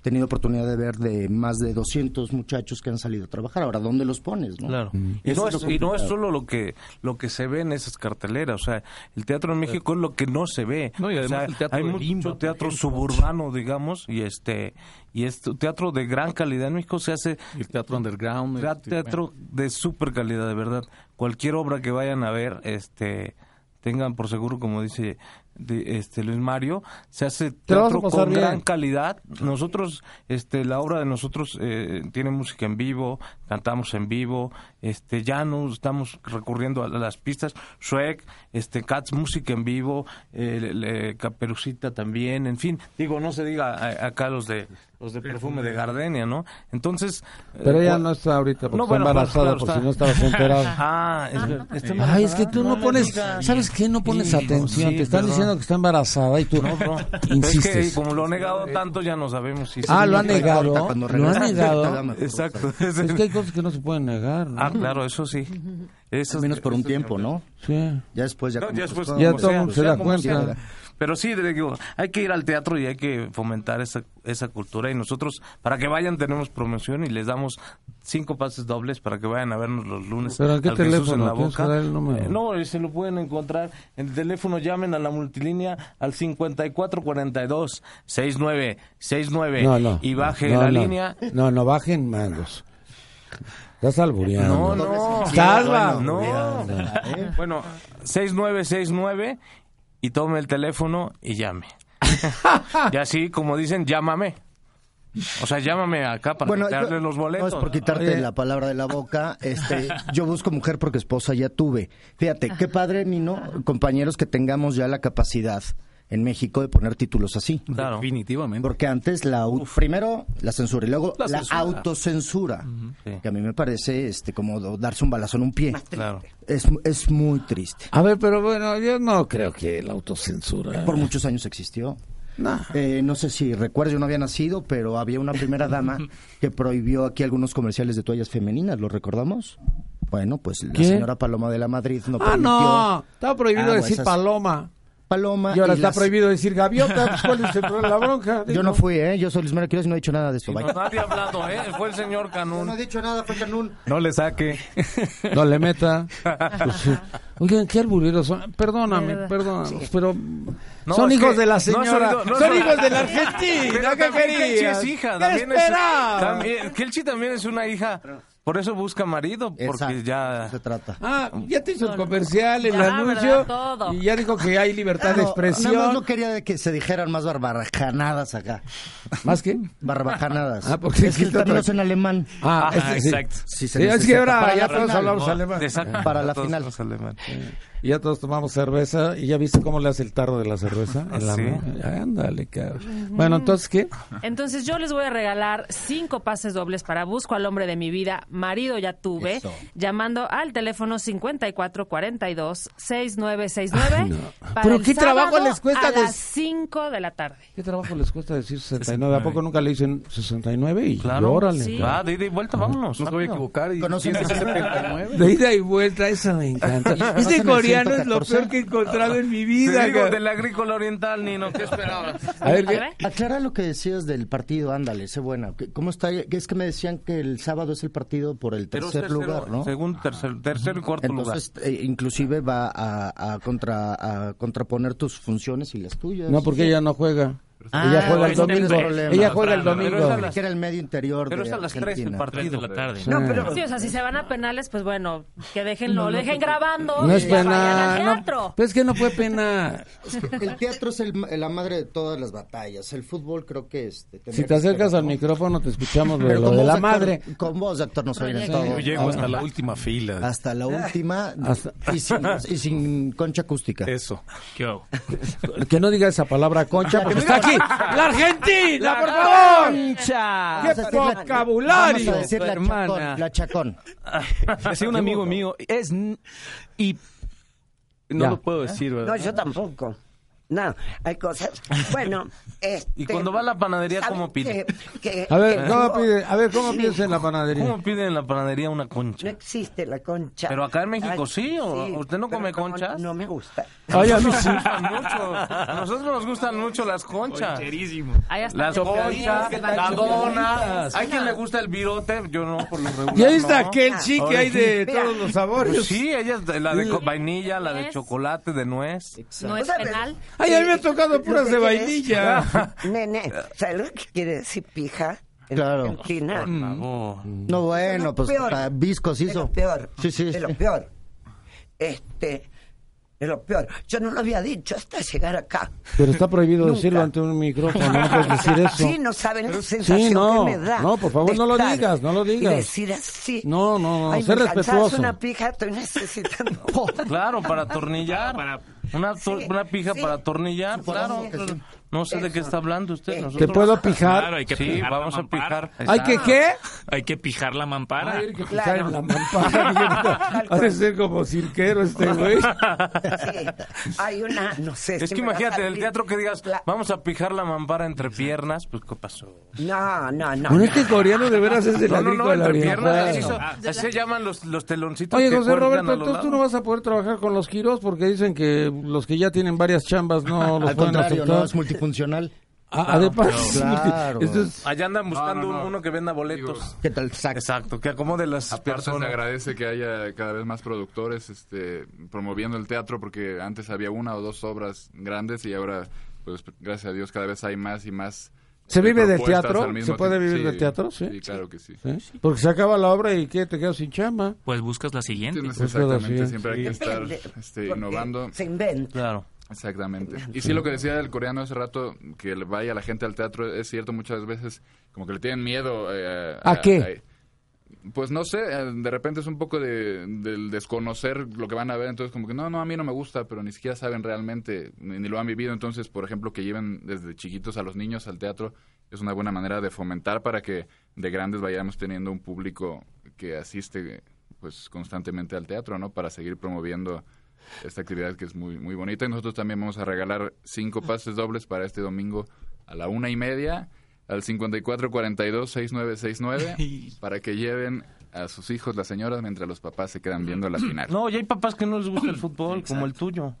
S3: tenido oportunidad de ver de más de 200 muchachos que han salido a trabajar. Ahora, ¿dónde los pones? No?
S7: Claro. Y
S8: Mm.
S3: Eso
S7: no,
S3: es
S7: es,
S3: lo
S7: y no es
S3: complicado.
S7: solo lo que lo que se ve en esas carteleras. O sea, el teatro en México es lo que no se ve.
S8: No, y además
S7: O sea,
S8: el teatro
S7: hay
S8: de
S7: mucho
S8: Limba, por
S7: teatro
S8: ejemplo.
S7: suburbano, digamos, y este y este teatro de gran calidad en México se hace
S8: El teatro underground.
S7: Era
S8: este,
S7: teatro de super calidad, de verdad. Cualquier obra que vayan a ver, este tengan por seguro, como dice de- este Luis Mario, se hace
S2: Te la vas a
S7: teatro
S2: pasar
S7: con
S2: bien.
S7: gran calidad. Nosotros, este la obra de nosotros eh, tiene música en vivo, cantamos en vivo, este ya no estamos recurriendo a las pistas. Shrek, este Cats, música en vivo, eh, le- le- Caperucita también, en fin. Digo, no se diga a- acá los de los de perfume de Gardenia, ¿no? Entonces...
S2: Pero
S7: eh,
S2: ella
S7: cu-
S2: no está ahorita porque
S7: No,
S2: está
S7: bueno, claro,
S2: embarazada,
S7: claro,
S2: por
S7: está.
S2: si no estabas enterado.
S7: Ah, es verdad. Está
S2: Ay,
S7: embarazada.
S2: es que tú no,
S7: le
S2: pones,
S7: digas.
S2: ¿sabes qué? No pones
S7: Sí,
S2: atención,
S7: sí,
S2: te están
S7: perdón.
S2: diciendo que está embarazada y tú
S7: No, bro.
S2: insistes.
S7: Es que como lo ha negado tanto, ya no sabemos si...
S2: Ah, lo ha
S3: han
S2: negado, lo ha negado.
S7: Exacto.
S2: Es que hay cosas que no se pueden negar, ¿no?
S7: Ah, claro, eso sí. Eso
S3: Al menos por un tiempo, ¿no?
S2: Sí.
S3: Ya después ya...
S7: No,
S3: como
S7: ya
S3: que
S7: después
S3: todo-
S2: Ya
S7: como
S2: todo el
S7: sea,
S2: mundo se
S7: sea
S2: da
S7: como sea.
S2: cuenta.
S7: Pero sí, te digo, hay que ir al teatro y hay que fomentar esa, esa cultura. Y nosotros, para que vayan, tenemos promoción y les damos cinco pases dobles para que vayan a vernos los lunes.
S2: ¿Pero a qué
S7: al Jesús
S2: teléfono?
S7: en la
S2: ¿Tienes que
S7: Boca.
S2: dar el número?
S7: Eh, no, eh, se lo pueden encontrar en el teléfono. Llamen a la multilínea al 5442-6969
S2: No, no.
S7: y baje
S2: No,
S7: la
S2: no.
S7: línea.
S2: No, no, bajen mandos. Estás
S7: No,
S2: albureando.
S7: no.
S2: Estás
S7: Bueno,
S2: albureando. ¿eh?
S7: No. Bueno, 6969 y tome el teléfono y llame. y así, como dicen, llámame. O sea, llámame acá para
S3: Bueno,
S7: quitarle
S3: yo-
S7: los
S3: No
S7: boletos.
S3: es por quitarte
S2: Oye.
S3: la palabra de la boca. Este, yo busco mujer porque esposa ya tuve. Fíjate, qué padre, Nino, compañeros, que tengamos ya la capacidad en México de poner títulos así.
S7: Claro.
S8: Definitivamente.
S3: Porque antes la au- primero la censura y luego
S8: La
S3: la,
S8: censura.
S3: autocensura,
S7: Sí.
S3: que a mí me parece este como do- darse un balazo en un pie.
S7: Claro.
S3: Es, es muy triste.
S2: A ver, pero bueno, yo no creo que la autocensura.
S3: Por muchos años existió.
S2: Nah.
S3: Eh, no sé si recuerdo, yo no había nacido, pero había una primera dama que prohibió aquí algunos comerciales de toallas femeninas, ¿lo recordamos? Bueno, pues la
S2: ¿Qué?
S3: señora Paloma de la Madrid no
S2: Ah,
S3: permitió.
S2: no. Está prohibido
S3: Ah,
S2: decir
S3: esas-
S2: paloma.
S3: Paloma
S2: Y ahora está
S3: las-
S2: prohibido decir gaviota. Pues, ¿Cuál es el problema? La bronca.
S3: Yo no fui, ¿eh? Yo soy Luis Mario Quiroz y no he dicho nada de esto. Bye.
S7: Nadie ha hablado, ¿eh? Fue el señor Canún.
S3: he dicho nada, fue Canún.
S8: No le saque.
S2: No le meta. Pues, eh, oigan, qué albureros son. Perdóname,
S4: Verdad.
S2: perdóname. Pero
S7: No,
S2: son
S7: es
S2: hijos
S7: que
S2: de la
S7: no has
S2: señora.
S7: oído- no has
S2: son
S7: oído-
S2: hijos de la
S7: Pero
S2: Argentina. ¿Qué
S7: también Kelchi
S2: querías?
S7: es hija.
S2: ¿Qué
S7: También es,
S2: esperabas?
S7: también, Kelchi también es una hija. Por eso busca marido, porque ya...
S3: Se trata.
S2: Ah, ya te hizo el comercial, el
S4: Ya,
S2: anuncio.
S4: ¿verdad? Todo.
S2: Y ya dijo que hay
S3: Ah,
S2: libertad de
S3: No, Nada más
S2: expresión.
S3: no quería de que se dijeran más barbajanadas acá.
S2: ¿Más que?
S3: Barbajananas.
S2: Ah, porque
S3: es que el
S2: está
S3: título
S2: tra-
S3: es en alemán.
S2: Ah,
S7: Ajá,
S2: este sí.
S7: exacto.
S3: Sí, se
S2: Sí, es que
S3: necesita
S2: ahora
S3: para
S2: ya
S3: la
S2: todos
S3: final.
S2: hablamos alemán.
S7: Exacto.
S3: Para la
S7: Todos
S3: final.
S7: los alemanes.
S2: Y ya todos tomamos cerveza. ¿Y ya viste cómo le hace el tarro de la cerveza? En la
S7: Ah, Sí.
S2: mano. Ándale, cabrón. Bueno, entonces, ¿qué?
S4: Entonces yo les voy a regalar cinco pases dobles para Busco al hombre de mi vida, marido ya tuve,
S3: Eso.
S4: llamando al teléfono 5442-6969.
S2: Ay, no.
S4: para
S2: Pero
S4: el
S2: qué trabajo
S4: sábado
S2: les cuesta pues.
S4: A
S2: des-
S4: las 5 de la tarde.
S2: ¿Qué trabajo les cuesta decir 69? ¿A poco nunca le dicen 69? Y
S7: Claro.
S2: órale.
S4: Sí.
S2: cabrón.
S7: Va, Ah, de ida y vuelta, vámonos.
S8: No se voy a equivocar. Y
S3: ¿Conocen
S8: tiene que
S3: ese
S8: ser
S3: tema?
S8: 79.
S2: De ida y vuelta, eso me encanta.
S3: ¿Conocen
S2: Este
S3: el
S2: coreano es lo
S3: 114?
S2: peor que he encontrado en mi
S7: Te
S2: vida.
S7: digo,
S2: cabrón.
S7: del agrícola oriental, Nino, ¿qué esperabas?
S2: A ver, ¿qué?
S4: ¿Ve?
S3: Aclara lo que decías del partido, ándale, sé buena. ¿Qué- ¿Cómo está? Es que me decían que el sábado es el partido por el
S7: Pero es
S3: tercer
S7: tercero,
S3: lugar, ¿no?
S7: Segundo, tercer, tercero y cuarto
S3: Entonces, eh, inclusive va a, a contra, a contraponer tus funciones y las tuyas.
S2: No, porque ella no juega.
S3: Ah,
S2: ella juega Este el
S3: ese es el
S2: domingo.
S3: problema.
S2: Ella juega el
S7: Pero
S2: domingo.
S7: esa-
S3: que era el medio interior
S7: lugar. Pero
S3: de
S7: es a las 3 el
S3: Argentina.
S6: Tres
S7: partido.
S6: de la tarde.
S9: No, pero...
S4: Sí, o sea, si se van a penales, pues bueno, que déjenlo, lo
S8: pues,
S4: dejen grabando.
S2: No es
S4: y ya vayan al
S2: penal. No,
S4: teatro.
S2: pues es que no fue penal.
S3: El teatro es el- la madre de todas las batallas. El fútbol creo que este. tendría
S2: Si te
S3: que
S2: acercas
S3: esperar,
S2: al
S3: ¿no?
S2: micrófono te escuchamos de
S3: Pero
S2: lo
S3: con
S2: de
S3: voz
S2: la
S3: de actor-
S2: madre.
S3: Con voz de actor nos oyen
S4: Proyecto.
S3: todo.
S8: Yo llego hasta la última fila.
S3: Hasta la última
S2: Hasta-
S3: y, sin, y sin concha acústica.
S8: Eso.
S6: ¿Qué hago?
S2: Que no diga esa palabra concha porque está aquí. ¡La Argentina, por favor!
S3: Vamos a
S2: ¡Qué
S3: decir la-
S2: vocabulario,
S3: Vamos a decir la
S2: hermana!
S3: chacón, la chacón.
S8: Decía un amigo mío, es... n- Y... No
S2: Ya.
S8: lo
S3: ¿Eh?
S8: puedo decir,
S7: Pues,
S8: ¿verdad?
S9: No, yo tampoco. No, hay cosas. Bueno, este,
S7: Y cuando va a la panadería,
S9: ¿saben
S7: ¿cómo pide?
S9: qué? Que-
S2: A ver, ¿cómo
S9: no,
S2: pide? A ver, ¿cómo
S9: sí,
S2: pides en la panadería?
S7: ¿Cómo piden en la panadería una
S9: No
S7: concha?
S9: existe la concha.
S7: Pero acá en México sí, ¿o- usted no
S9: pero
S7: come
S9: como
S7: conchas?
S9: No me gusta.
S2: Ay, a mí sí.
S7: Gustan mucho. A nosotros nos gustan mucho las conchas.
S4: Ahí hasta
S7: Las
S4: chocolinas,
S7: conchas,
S4: que
S7: la
S4: tal-
S7: dona. Hay quien le gusta el virote, yo no, por lo regular.
S2: Y ahí está
S7: no.
S2: aquel chi que hay de todos los
S7: Pues
S2: sabores.
S7: sí, ella es de- la de co- vainilla, la de
S4: Nuez.
S7: chocolate, de nuez.
S4: No es
S9: O sea, pues, pero-
S4: penal.
S2: Ay, a mí me ha tocado
S9: Lo
S2: puras
S9: que
S2: de
S9: quieres-
S2: vainilla.
S9: Nene, ¿sabes lo que quiere decir pija? En
S3: Claro.
S9: Argentina.
S2: Mm.
S7: Por favor.
S3: No, bueno, pues
S9: Peor.
S3: hasta viscos
S9: De
S3: hizo.
S9: lo peor.
S3: Sí, sí.
S9: De lo peor. Este. De lo peor. Yo no lo había dicho hasta llegar acá.
S2: Pero está prohibido
S9: Nunca.
S2: decirlo ante un micrófono, no puedes decir eso.
S9: Sí, no saben la sensación
S2: no,
S9: que me da.
S2: no, por favor,
S9: de
S2: no lo
S9: estar
S2: digas, no lo
S9: y
S2: digas.
S9: decir así.
S2: No, no, no,
S9: Ay,
S2: sé
S9: me cansaste
S2: respetuoso.
S9: una pija, estoy necesitando.
S7: Claro, para atornillar. Una, to-
S9: Sí,
S7: una pija
S9: sí.
S7: para atornillar, claro.
S9: Supongo que sí.
S7: No sé de qué está hablando usted.
S2: ¿Te
S7: nosotros-
S2: puedo pijar?
S6: Claro, hay que
S7: Sí,
S6: pijar la
S7: vamos a
S6: mampara.
S7: pijar.
S2: ¿Hay que qué?
S6: Hay que pijar la mampara.
S2: Ay, hay que pijar
S9: Claro.
S2: en la mampara. Ha de ser como cirquero este güey.
S9: Sí, hay una, no sé.
S7: Es
S9: si
S7: que
S9: me va a
S7: imagínate, en el
S9: salir
S7: teatro que digas,
S9: la-
S7: vamos a pijar la mampara entre piernas, pues ¿qué pasó?
S9: No, no, no.
S2: Bueno, este coreano de veras es el
S7: No, no, no,
S2: agrícola
S7: entre
S2: oriental.
S7: piernas. Así, son- así se llaman los, los teloncitos.
S2: Oye,
S7: que
S2: José
S7: cuelgan
S2: Roberto,
S7: a los
S2: entonces tú no
S7: lados.
S2: vas a poder trabajar con los giros porque dicen que los que ya tienen varias chambas no los
S3: Al
S2: pueden
S3: contrario, no,
S2: aceptar.
S3: es multifuncional.
S2: Ah, además,
S3: Claro.
S2: esto es-
S7: Allá andan buscando
S5: no, no.
S7: uno que venda boletos.
S3: ¿Qué tal? Sac?
S7: Exacto, que acomode las
S5: Aparte se
S7: personas.
S5: agradece que haya cada vez más productores este, promoviendo el teatro porque antes había una o dos obras grandes y ahora, pues gracias a Dios, cada vez hay más y más.
S2: ¿Se
S5: eh,
S2: vive del
S5: propuestas
S2: teatro?
S5: al mismo
S2: ¿Se puede
S5: tiempo.
S2: vivir del teatro? Sí.
S5: claro que sí.
S2: ¿Eh? Porque se acaba la obra y ¿qué? Te quedas sin chamba.
S6: Pues buscas la siguiente.
S5: Tienes
S2: Pues, claro,
S5: exactamente,
S2: sí.
S5: siempre hay que estar
S9: Depende,
S5: este,
S9: porque
S5: innovando.
S9: Se inventa.
S7: Claro.
S5: Exactamente. Y sí, lo que decía el coreano hace rato, que le vaya la gente al teatro, es cierto, muchas veces como que le tienen miedo. eh,
S2: ¿A qué?
S5: pues no sé, eh, de repente es un poco de, del desconocer lo que van a ver, entonces como que no, no, a mí no me gusta, pero ni siquiera saben realmente, ni, ni lo han vivido, entonces, por ejemplo, que lleven desde chiquitos a los niños al teatro es una buena manera de fomentar para que de grandes vayamos teniendo un público que asiste pues constantemente al teatro, ¿no? Para seguir promoviendo esta actividad que es muy, muy bonita. Y nosotros también vamos a regalar cinco pases dobles para este domingo a la una y media al 5442-6969 para que lleven a sus hijos las señoras mientras los papás se quedan viendo la final.
S7: No, y hay papás que no les gusta el fútbol, como el tuyo.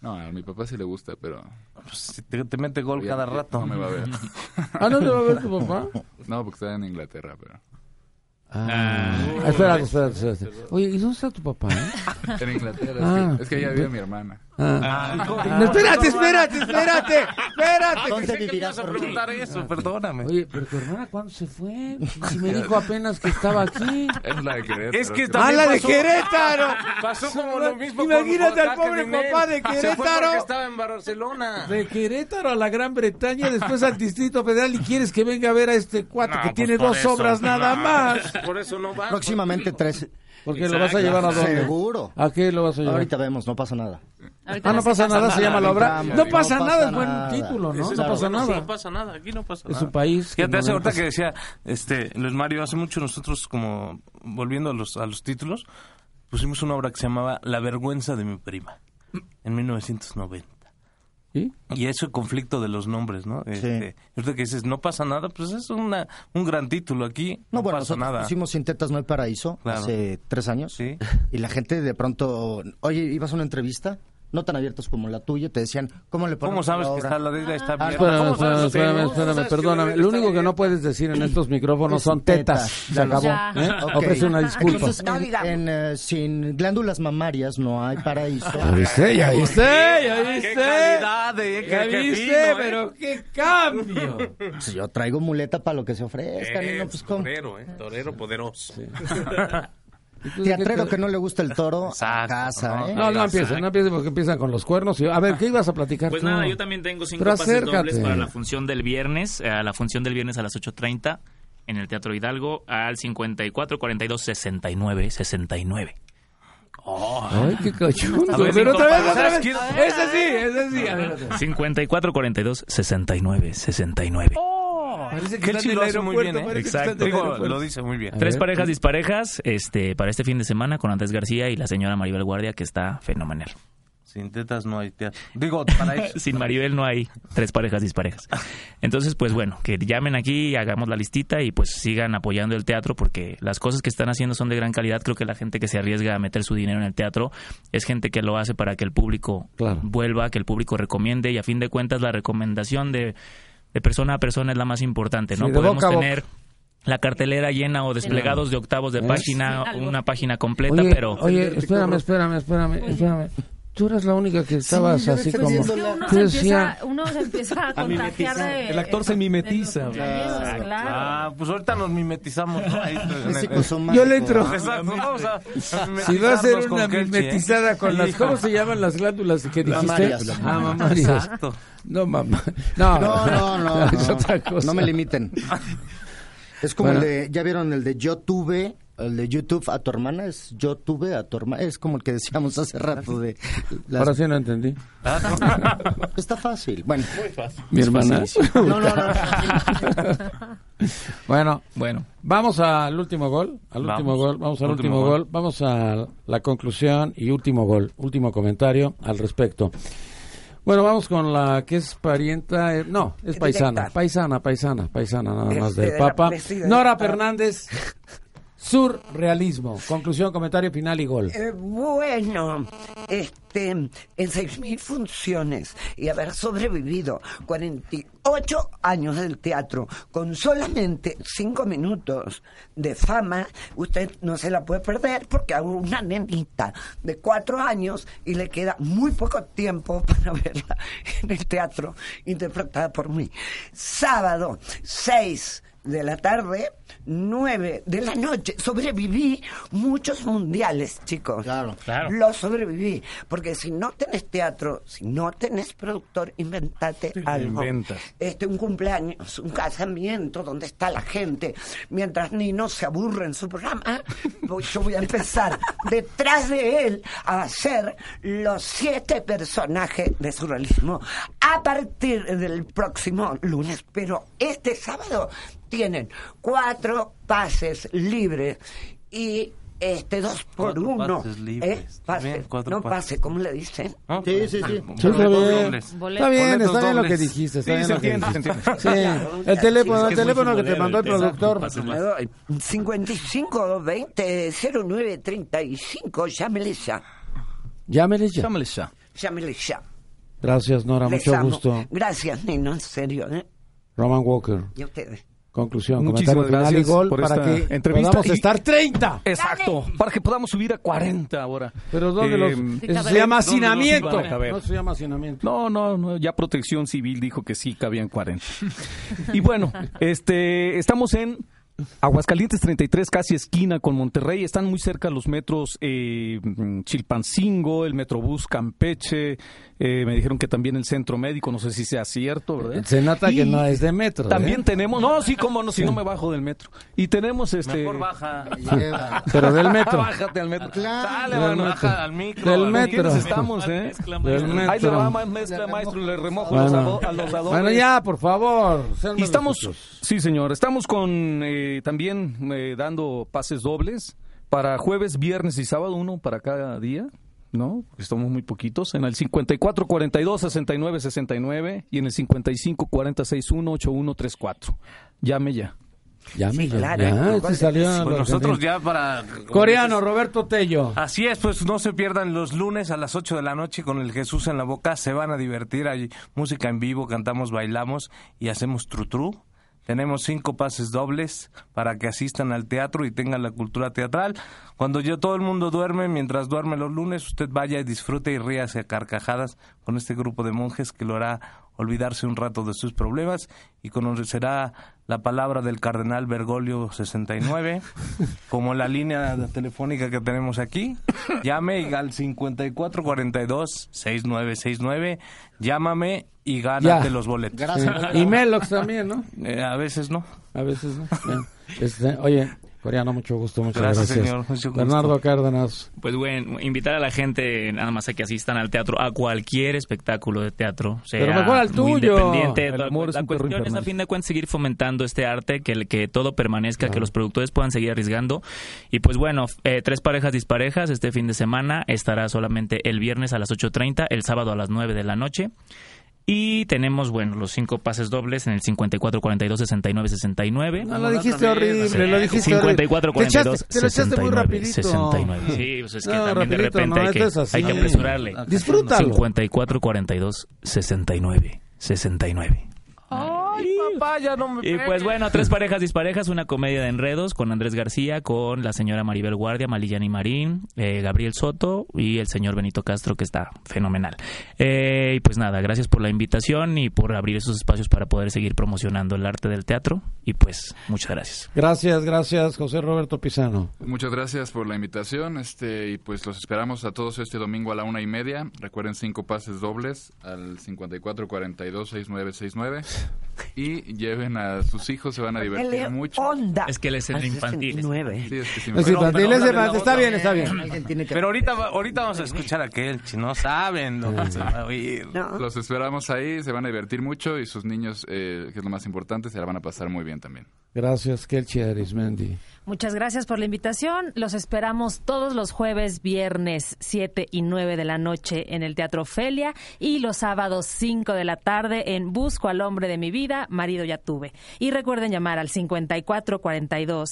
S5: No, a mi papá sí le gusta, pero...
S7: Pues, si te, te mete gol cada rato.
S5: eh, No me va a ver.
S2: ¿Ah, no te va a ver tu papá?
S5: No, porque está en Inglaterra, pero...
S2: Ah, espera, espera, espera, espera. Oye, ¿y dónde está tu papá? eh?
S5: En Inglaterra,
S2: Ah.
S5: es, que, es que allá vive mi hermana.
S2: No,
S7: Ah,
S2: espérate, espérate, espérate, espérate.
S3: ¿Dónde vivirás?
S7: a preguntar eso, perdóname.
S2: Oye, pero tu hermana, ¿cuándo se fue? Si me dijo apenas que estaba aquí.
S5: Es la de Querétaro,
S7: Es que
S5: creo.
S7: también
S2: ¡Ah, la de
S7: pasó-
S2: Querétaro!
S7: Pasó como lo mismo con
S2: Imagínate al
S7: Joaquín
S2: pobre
S7: Minel.
S2: papá de
S7: Se fue
S2: Querétaro.
S7: porque estaba en Barcelona.
S2: De Querétaro a la Gran Bretaña, después al Distrito Federal y quieres que venga a ver a este cuate
S6: No,
S2: que
S6: pues
S2: tiene
S6: por
S2: dos
S6: eso,
S2: obras
S6: no.
S2: nada más.
S7: Por eso no va.
S3: Próximamente tres.
S2: Porque lo vas a llevar a dónde?
S3: Seguro.
S7: Ah,
S2: ¿A qué lo vas a llevar?
S3: Ahorita vemos, no pasa nada.
S4: Ahorita
S2: Ah, no
S4: se
S2: pasa nada, se llama la obra.
S3: Vamos,
S2: No pasa
S3: no
S2: nada,
S3: pasa
S2: es buen
S3: nada.
S2: título, ¿no?
S3: Ese
S2: No
S3: es
S2: pasa
S3: bueno,
S2: nada.
S7: pasa nada, aquí no pasa
S2: Es un país. que
S7: Fíjate,
S2: no
S7: hace
S2: le
S7: ahorita
S2: pasa-
S7: que decía este, Luis Mario, hace mucho nosotros, como volviendo a los, a los títulos, pusimos una obra que se llamaba La vergüenza de mi prima, en 1990.
S2: ¿Sí?
S7: Y ese conflicto de los nombres, ¿no? Este, ahorita que dices, no pasa nada, pues es una, un gran título aquí. No,
S3: No, bueno,
S7: pasa
S3: nosotros
S7: nada.
S3: pusimos Sin Tetas No hay Paraíso
S7: Claro.
S3: hace tres años.
S7: Sí.
S3: Y la gente de pronto, oye, ibas a una entrevista, no tan abiertos como la tuya, te decían, ¿cómo le ponemos
S7: ¿Cómo sabes
S3: la
S7: que
S3: obra? Ah,
S7: está la regla? Está abierta?
S2: Espérame,
S7: ¿Cómo sabes
S2: espérame,
S7: que
S2: espérame,
S7: no?
S2: espérame,
S7: ¿Sabes que la
S2: perdóname.
S7: regla
S2: Lo
S7: está
S2: único que no
S7: abierta?
S2: puedes decir en estos micrófonos
S3: Es
S2: son tetas.
S3: tetas,
S2: Se
S3: ya lo
S2: acabó.
S4: sé.
S2: ¿eh?
S3: Ok.
S2: Ofrece una disculpa.
S9: Entonces, Ávila.
S3: En, eh, sin glándulas mamarias no hay paraíso.
S2: ¿Ya viste? ¿Ya viste? ¿Ya
S7: Ay,
S2: viste?
S7: ¡Qué calidad! eh, qué-
S2: ¿Ya
S7: qué
S2: viste?
S7: fino, eh.
S2: Pero qué cambio.
S3: Pues yo traigo muleta para lo que se ofrezca. nino, pues,
S7: Es
S3: ¿cómo?
S7: torero, ¿eh? Torero poderoso.
S3: Teatrero que no le gusta el toro, a
S7: Exacto,
S3: casa,
S7: ¿no?
S3: ¿eh?
S2: No, no empiecen, no empiecen porque empiezan con los cuernos. y- A ver, ¿qué ibas a platicar
S6: Pues
S2: tú?
S6: nada, yo también tengo cinco
S2: Pero
S6: pases
S2: acércate.
S6: dobles para la función del viernes, eh, a la función del viernes a las 8.30 en el Teatro Hidalgo al 54 42 69 69.
S2: Ay, qué cachundo.
S6: A ver,
S2: Pero otra vez,
S6: compadre,
S2: otra vez.
S7: ¿sabes
S2: Ese sí, ese sí. A ver, otra vez.
S6: 54 42 69 69.
S2: Parece
S7: Que él sí lo hace muy bien, ¿eh?
S2: parece que
S6: Exacto.
S2: están en el
S7: Digo,
S2: aeropuerto.
S7: lo dice muy bien.
S2: A
S6: Tres
S2: ver,
S6: parejas disparejas este, para este fin de semana con Andrés García y la señora Maribel Guardia, que está fenomenal.
S7: Sin tetas no hay teatro. Digo, para eso.
S6: Sin Maribel no hay tres parejas disparejas. Entonces, pues bueno, que llamen aquí, hagamos la listita y pues sigan apoyando el teatro porque las cosas que están haciendo son de gran calidad. Creo que la gente que se arriesga a meter su dinero en el teatro es gente que lo hace para que el público
S2: Claro.
S6: vuelva, que el público recomiende y a fin de cuentas la recomendación de, de persona a persona es la más importante. No
S2: Sí, de
S6: podemos
S2: boca a boca.
S6: tener... La cartelera llena o desplegados de octavos de
S2: ¿Eh?
S6: página,
S4: Sí, algo.
S6: una página completa,
S2: Oye,
S6: pero...
S2: oye, espérame, espérame, espérame, espérame. Tú eras la única que estabas
S3: yo
S2: así como...
S3: defendiendo la-
S4: uno
S2: ¿Qué
S4: se,
S2: decía?
S4: empieza, uno se empieza a contagiar de...
S8: El actor se mimetiza.
S4: de los compañeros, claro.
S7: Ah, pues ahorita nos mimetizamos. ¿no? Ahí, pues, en
S3: Ese
S7: el-
S3: cosomático.
S2: Yo le entro.
S7: Exacto, vamos a
S2: Si va a ser
S7: mimetizarnos con
S2: una
S7: Kelchi, ¿eh?
S2: mimetizada con las...
S7: Hijo.
S2: ¿Cómo se llaman las glándulas que dijiste?
S3: Mamarias.
S2: Ah, mamarias.
S7: Exacto.
S2: No, mamá. No,
S3: No, no, no.
S2: Es
S3: no.
S2: otra cosa.
S3: No me limiten. Es como
S2: Bueno.
S3: el de, ya vieron el de yo tuve, el de YouTube a tu hermana, es yo tuve a tu hermana, es como el que decíamos hace rato de... las-
S2: Ahora sí no entendí.
S3: Está fácil, bueno.
S2: Mi hermana.
S3: No, no, no.
S2: Bueno, bueno. Vamos al último gol, al último
S7: Vamos.
S2: gol, vamos al último,
S7: Último
S2: gol.
S7: gol.
S2: vamos a la conclusión y último gol, último comentario al respecto. Bueno, vamos con la que es parienta, eh, no, es paisana,
S9: Directa.
S2: paisana, paisana, paisana, nada más
S9: Este,
S2: del
S9: de la
S2: Papa.
S9: presidenta.
S2: Nora Fernández, surrealismo. Conclusión, comentario final y gol.
S9: Eh, bueno, este, en 6.000 funciones y haber sobrevivido 48 años del teatro con solamente 5 minutos de fama, usted no se la puede perder porque hago una nenita de 4 años y le queda muy poco tiempo para verla en el teatro interpretada por mí. Sábado 6 de la tarde, 9 de la noche. Sobreviví muchos mundiales, chicos.
S3: Claro,
S6: claro.
S9: Lo sobreviví. Porque si no tenés teatro, si no tenés productor, inventate algo.
S8: inventas.
S9: Este, un cumpleaños, un casamiento donde está la gente. Mientras Nino se aburre en su programa, voy- yo voy a empezar detrás de él a hacer los siete personajes de surrealismo a partir del próximo lunes. Pero este sábado tienen cuatro pases libres y este dos por
S7: Cuatro
S9: uno.
S7: pases libres.
S9: ¿eh?
S7: Está
S9: Pase,
S7: bien, cuatro
S9: no
S7: pases.
S9: pase, ¿cómo le dicen?
S7: ¿no?
S3: Sí, sí, sí.
S2: Sí, está
S7: Boletos
S2: bien.
S7: dobles.
S2: Está bien,
S7: Boletos
S2: está bien lo que
S7: dobles.
S2: dijiste. Está
S8: Sí,
S2: bien
S8: se
S2: lo que
S8: entiende,
S2: dijiste.
S8: se entiende.
S2: Sí, el teléfono, el teléfono que te mandó el productor.
S9: Claro,
S6: Exacto.
S9: 55 20 09 35, llámele ya.
S2: Llámele ya.
S8: Llámale ya.
S9: Llámele ya.
S2: Gracias, Nora.
S9: Les
S2: Mucho
S9: amo.
S2: gusto.
S9: Gracias, Nino, en serio. ¿eh?
S2: Roman Walker.
S9: Y a ustedes.
S2: Conclusión,
S8: Muchísimas
S2: comentario final y
S8: gracias
S2: gol
S8: por
S2: para
S8: esta
S2: que
S8: entrevista
S2: podamos
S8: y-
S2: estar 30.
S8: Exacto, para que podamos subir a 40 ahora.
S2: Pero ¿dónde
S8: Eh,
S2: los...?
S4: caben.
S2: Eso se llama
S8: ¿Dónde los
S2: hacinamiento.
S8: iban a caber?
S2: No se llama hacinamiento.
S8: No, no, no, ya Protección Civil dijo que sí cabían 40. Y bueno, este, estamos en Aguascalientes 33, casi esquina con Monterrey. Están muy cerca los metros eh, Chilpancingo, el Metrobús Campeche. Eh, me dijeron que también el Centro Médico, no sé si sea cierto, ¿verdad?
S2: ¿eh? Se nota que
S8: Y
S2: no es de metro.
S8: También
S2: ¿eh?
S8: tenemos, no, sí, cómo no, si no me bajo del metro. Y tenemos este.
S7: Mejor baja.
S3: Lleva.
S2: Pero del metro.
S7: Bájate al metro.
S3: Claro.
S7: Dale,
S2: Del
S7: mano,
S2: metro.
S7: baja al micro.
S2: Del
S7: al
S2: metro.
S7: micro.
S8: Estamos, ¿eh?
S7: Mezcla,
S2: Del
S7: mano.
S2: metro.
S8: Ahí le va, ma- mezcla, maestro, le remojo los
S2: Bueno.
S8: ado- a los adobes.
S2: Bueno, ya, por favor. sean
S8: Y estamos,
S2: respetuosos.
S8: sí señor, estamos con eh, también eh, dando pases dobles para jueves, viernes y sábado, uno para cada día, ¿no? Porque estamos muy poquitos, en el 54-42-69-69 y en el 55-40-61-8134. Llame ya.
S2: Llame
S9: Sí,
S2: ya,
S9: claro,
S2: ya,
S9: ¿eh?
S2: sí salió
S7: Pues
S2: lo que
S7: nosotros
S2: tenía.
S7: ya para...
S2: Coreano, Roberto Tello.
S8: Ah,
S7: Así es, pues no se pierdan los lunes a las 8 de la noche con el Jesús en la boca. Se van a divertir, hay música en vivo, cantamos, bailamos y hacemos trutru. Tenemos cinco pases dobles para que asistan al teatro y tengan la cultura teatral. Cuando yo todo el mundo duerme, mientras duerme los lunes, usted vaya y disfrute y ríase a carcajadas con este grupo de monjes que lo hará olvidarse un rato de sus problemas y conocerá la palabra del cardenal Bergoglio 69, como la línea telefónica que tenemos aquí. Llame y al 5442-6969, llámame y gánate
S2: Ya.
S7: los boletos.
S2: Sí. Y Melox también, ¿no?
S7: Eh, a veces no.
S2: A veces, ¿no? Bien. Este, oye, Coreano, mucho gusto, muchas gracias.
S7: Gracias, señor, mucho gusto.
S2: Bernardo Cárdenas.
S6: Pues bueno, invitar a la gente nada más a que asistan al teatro, a cualquier espectáculo de teatro. Sea
S2: Pero mejor al
S6: muy
S2: tuyo.
S6: Independiente.
S8: El
S6: La,
S8: amor es
S6: la
S8: un perro
S6: cuestión es a
S8: infernal.
S6: fin de cuentas seguir fomentando este arte, que, el- que todo permanezca, que los productores puedan seguir arriesgando. Y pues bueno, eh, tres parejas disparejas este fin de semana. Estará solamente el viernes a las 8.30, el sábado a las 9 de la noche. Y tenemos, bueno, los cinco pases dobles en el 54, 42, 69, 69.
S2: Ah, No, lo dijiste horrible, lo dijiste
S6: 54,
S2: horrible. Te,
S6: 42,
S2: echaste- te lo echaste muy
S6: 69,
S2: rapidito.
S6: 69. Sí, pues es que
S2: No,
S6: también de
S2: rapidito,
S6: repente
S2: no,
S6: hay,
S2: esto
S6: que,
S2: es así.
S6: hay que apresurarle.
S2: Disfrútalo.
S6: 54, 42, 69, 69.
S7: Papá, ya no me
S6: Y pues bueno, tres parejas disparejas, una comedia de enredos con Andrés García, con la señora Maribel Guardia, Malillani Marín, eh, Gabriel Soto y el señor Benito Castro, que está fenomenal. Eh, y pues nada, gracias por la invitación y por abrir esos espacios para poder seguir promocionando el arte del teatro. Y pues, muchas gracias.
S2: Gracias, gracias, José Roberto Pizano.
S5: Muchas gracias por la invitación, este, y pues los esperamos a todos este domingo a la una y media. Recuerden cinco pases dobles al 54 42 6969 y lleven a sus hijos, se van a divertir
S9: Ponele
S5: mucho.
S9: Onda. ¿eh?
S6: Es que él es el
S9: Al
S6: infantil.
S9: 69.
S5: Sí, es que sí me-
S7: pero
S2: Es infantil, es
S7: no,
S2: infantil,
S7: no,
S2: está
S7: no,
S2: bien, está bien.
S3: Alguien tiene que...
S7: Pero ahorita, va- ahorita vamos a escuchar a aquel, si no saben lo que se va a oír.
S9: No.
S5: Los esperamos ahí, se van a divertir mucho y sus niños, eh, que es lo más importante, se la van a pasar muy bien también.
S2: Gracias, Kelchi Arismendi.
S4: Muchas gracias por la invitación. Los esperamos todos los jueves, viernes 7 y 9 de la noche en el Teatro Ofelia y los sábados 5 de la tarde en Busco al hombre de mi vida, marido ya tuve. Y recuerden llamar al 54 42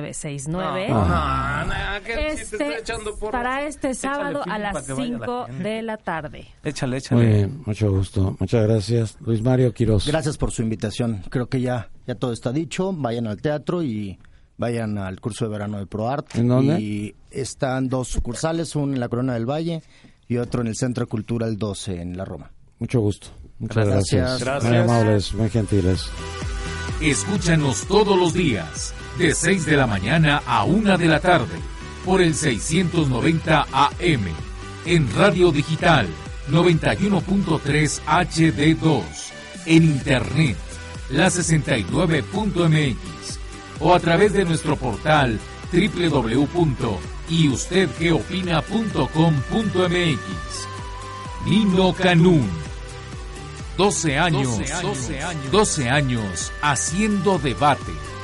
S4: 6969.
S7: No, no, no, que si te está
S4: Este,
S7: echando porras.
S4: para este
S7: Échale
S4: sábado
S7: film
S4: a
S7: para
S4: las
S7: que vaya la
S4: 5
S7: gente.
S4: de la tarde.
S7: Échale,
S2: Muy
S7: échale.
S2: bien, mucho gusto. Muchas gracias. Luis Mario Quiroz.
S3: Gracias por su invitación. Creo que ya, ya todo está dicho. Vayan al teatro y vayan al curso de verano de ProArt.
S2: ¿En dónde?
S3: Y están dos sucursales, uno en la Corona del Valle y otro en el Centro Cultural 12 en la Roma.
S2: Mucho gusto. Muchas gracias.
S3: Gracias.
S2: Muy amables, muy gentiles.
S1: Escúchanos todos los días, de 6 de la mañana a 1 de la tarde, por el 690 AM, en Radio Digital 91.3 HD2, en Internet, la 69.mx, o a través de nuestro portal www.yustedqueopina.com.mx. Nino Canún. 12 años, 12 años, haciendo debate.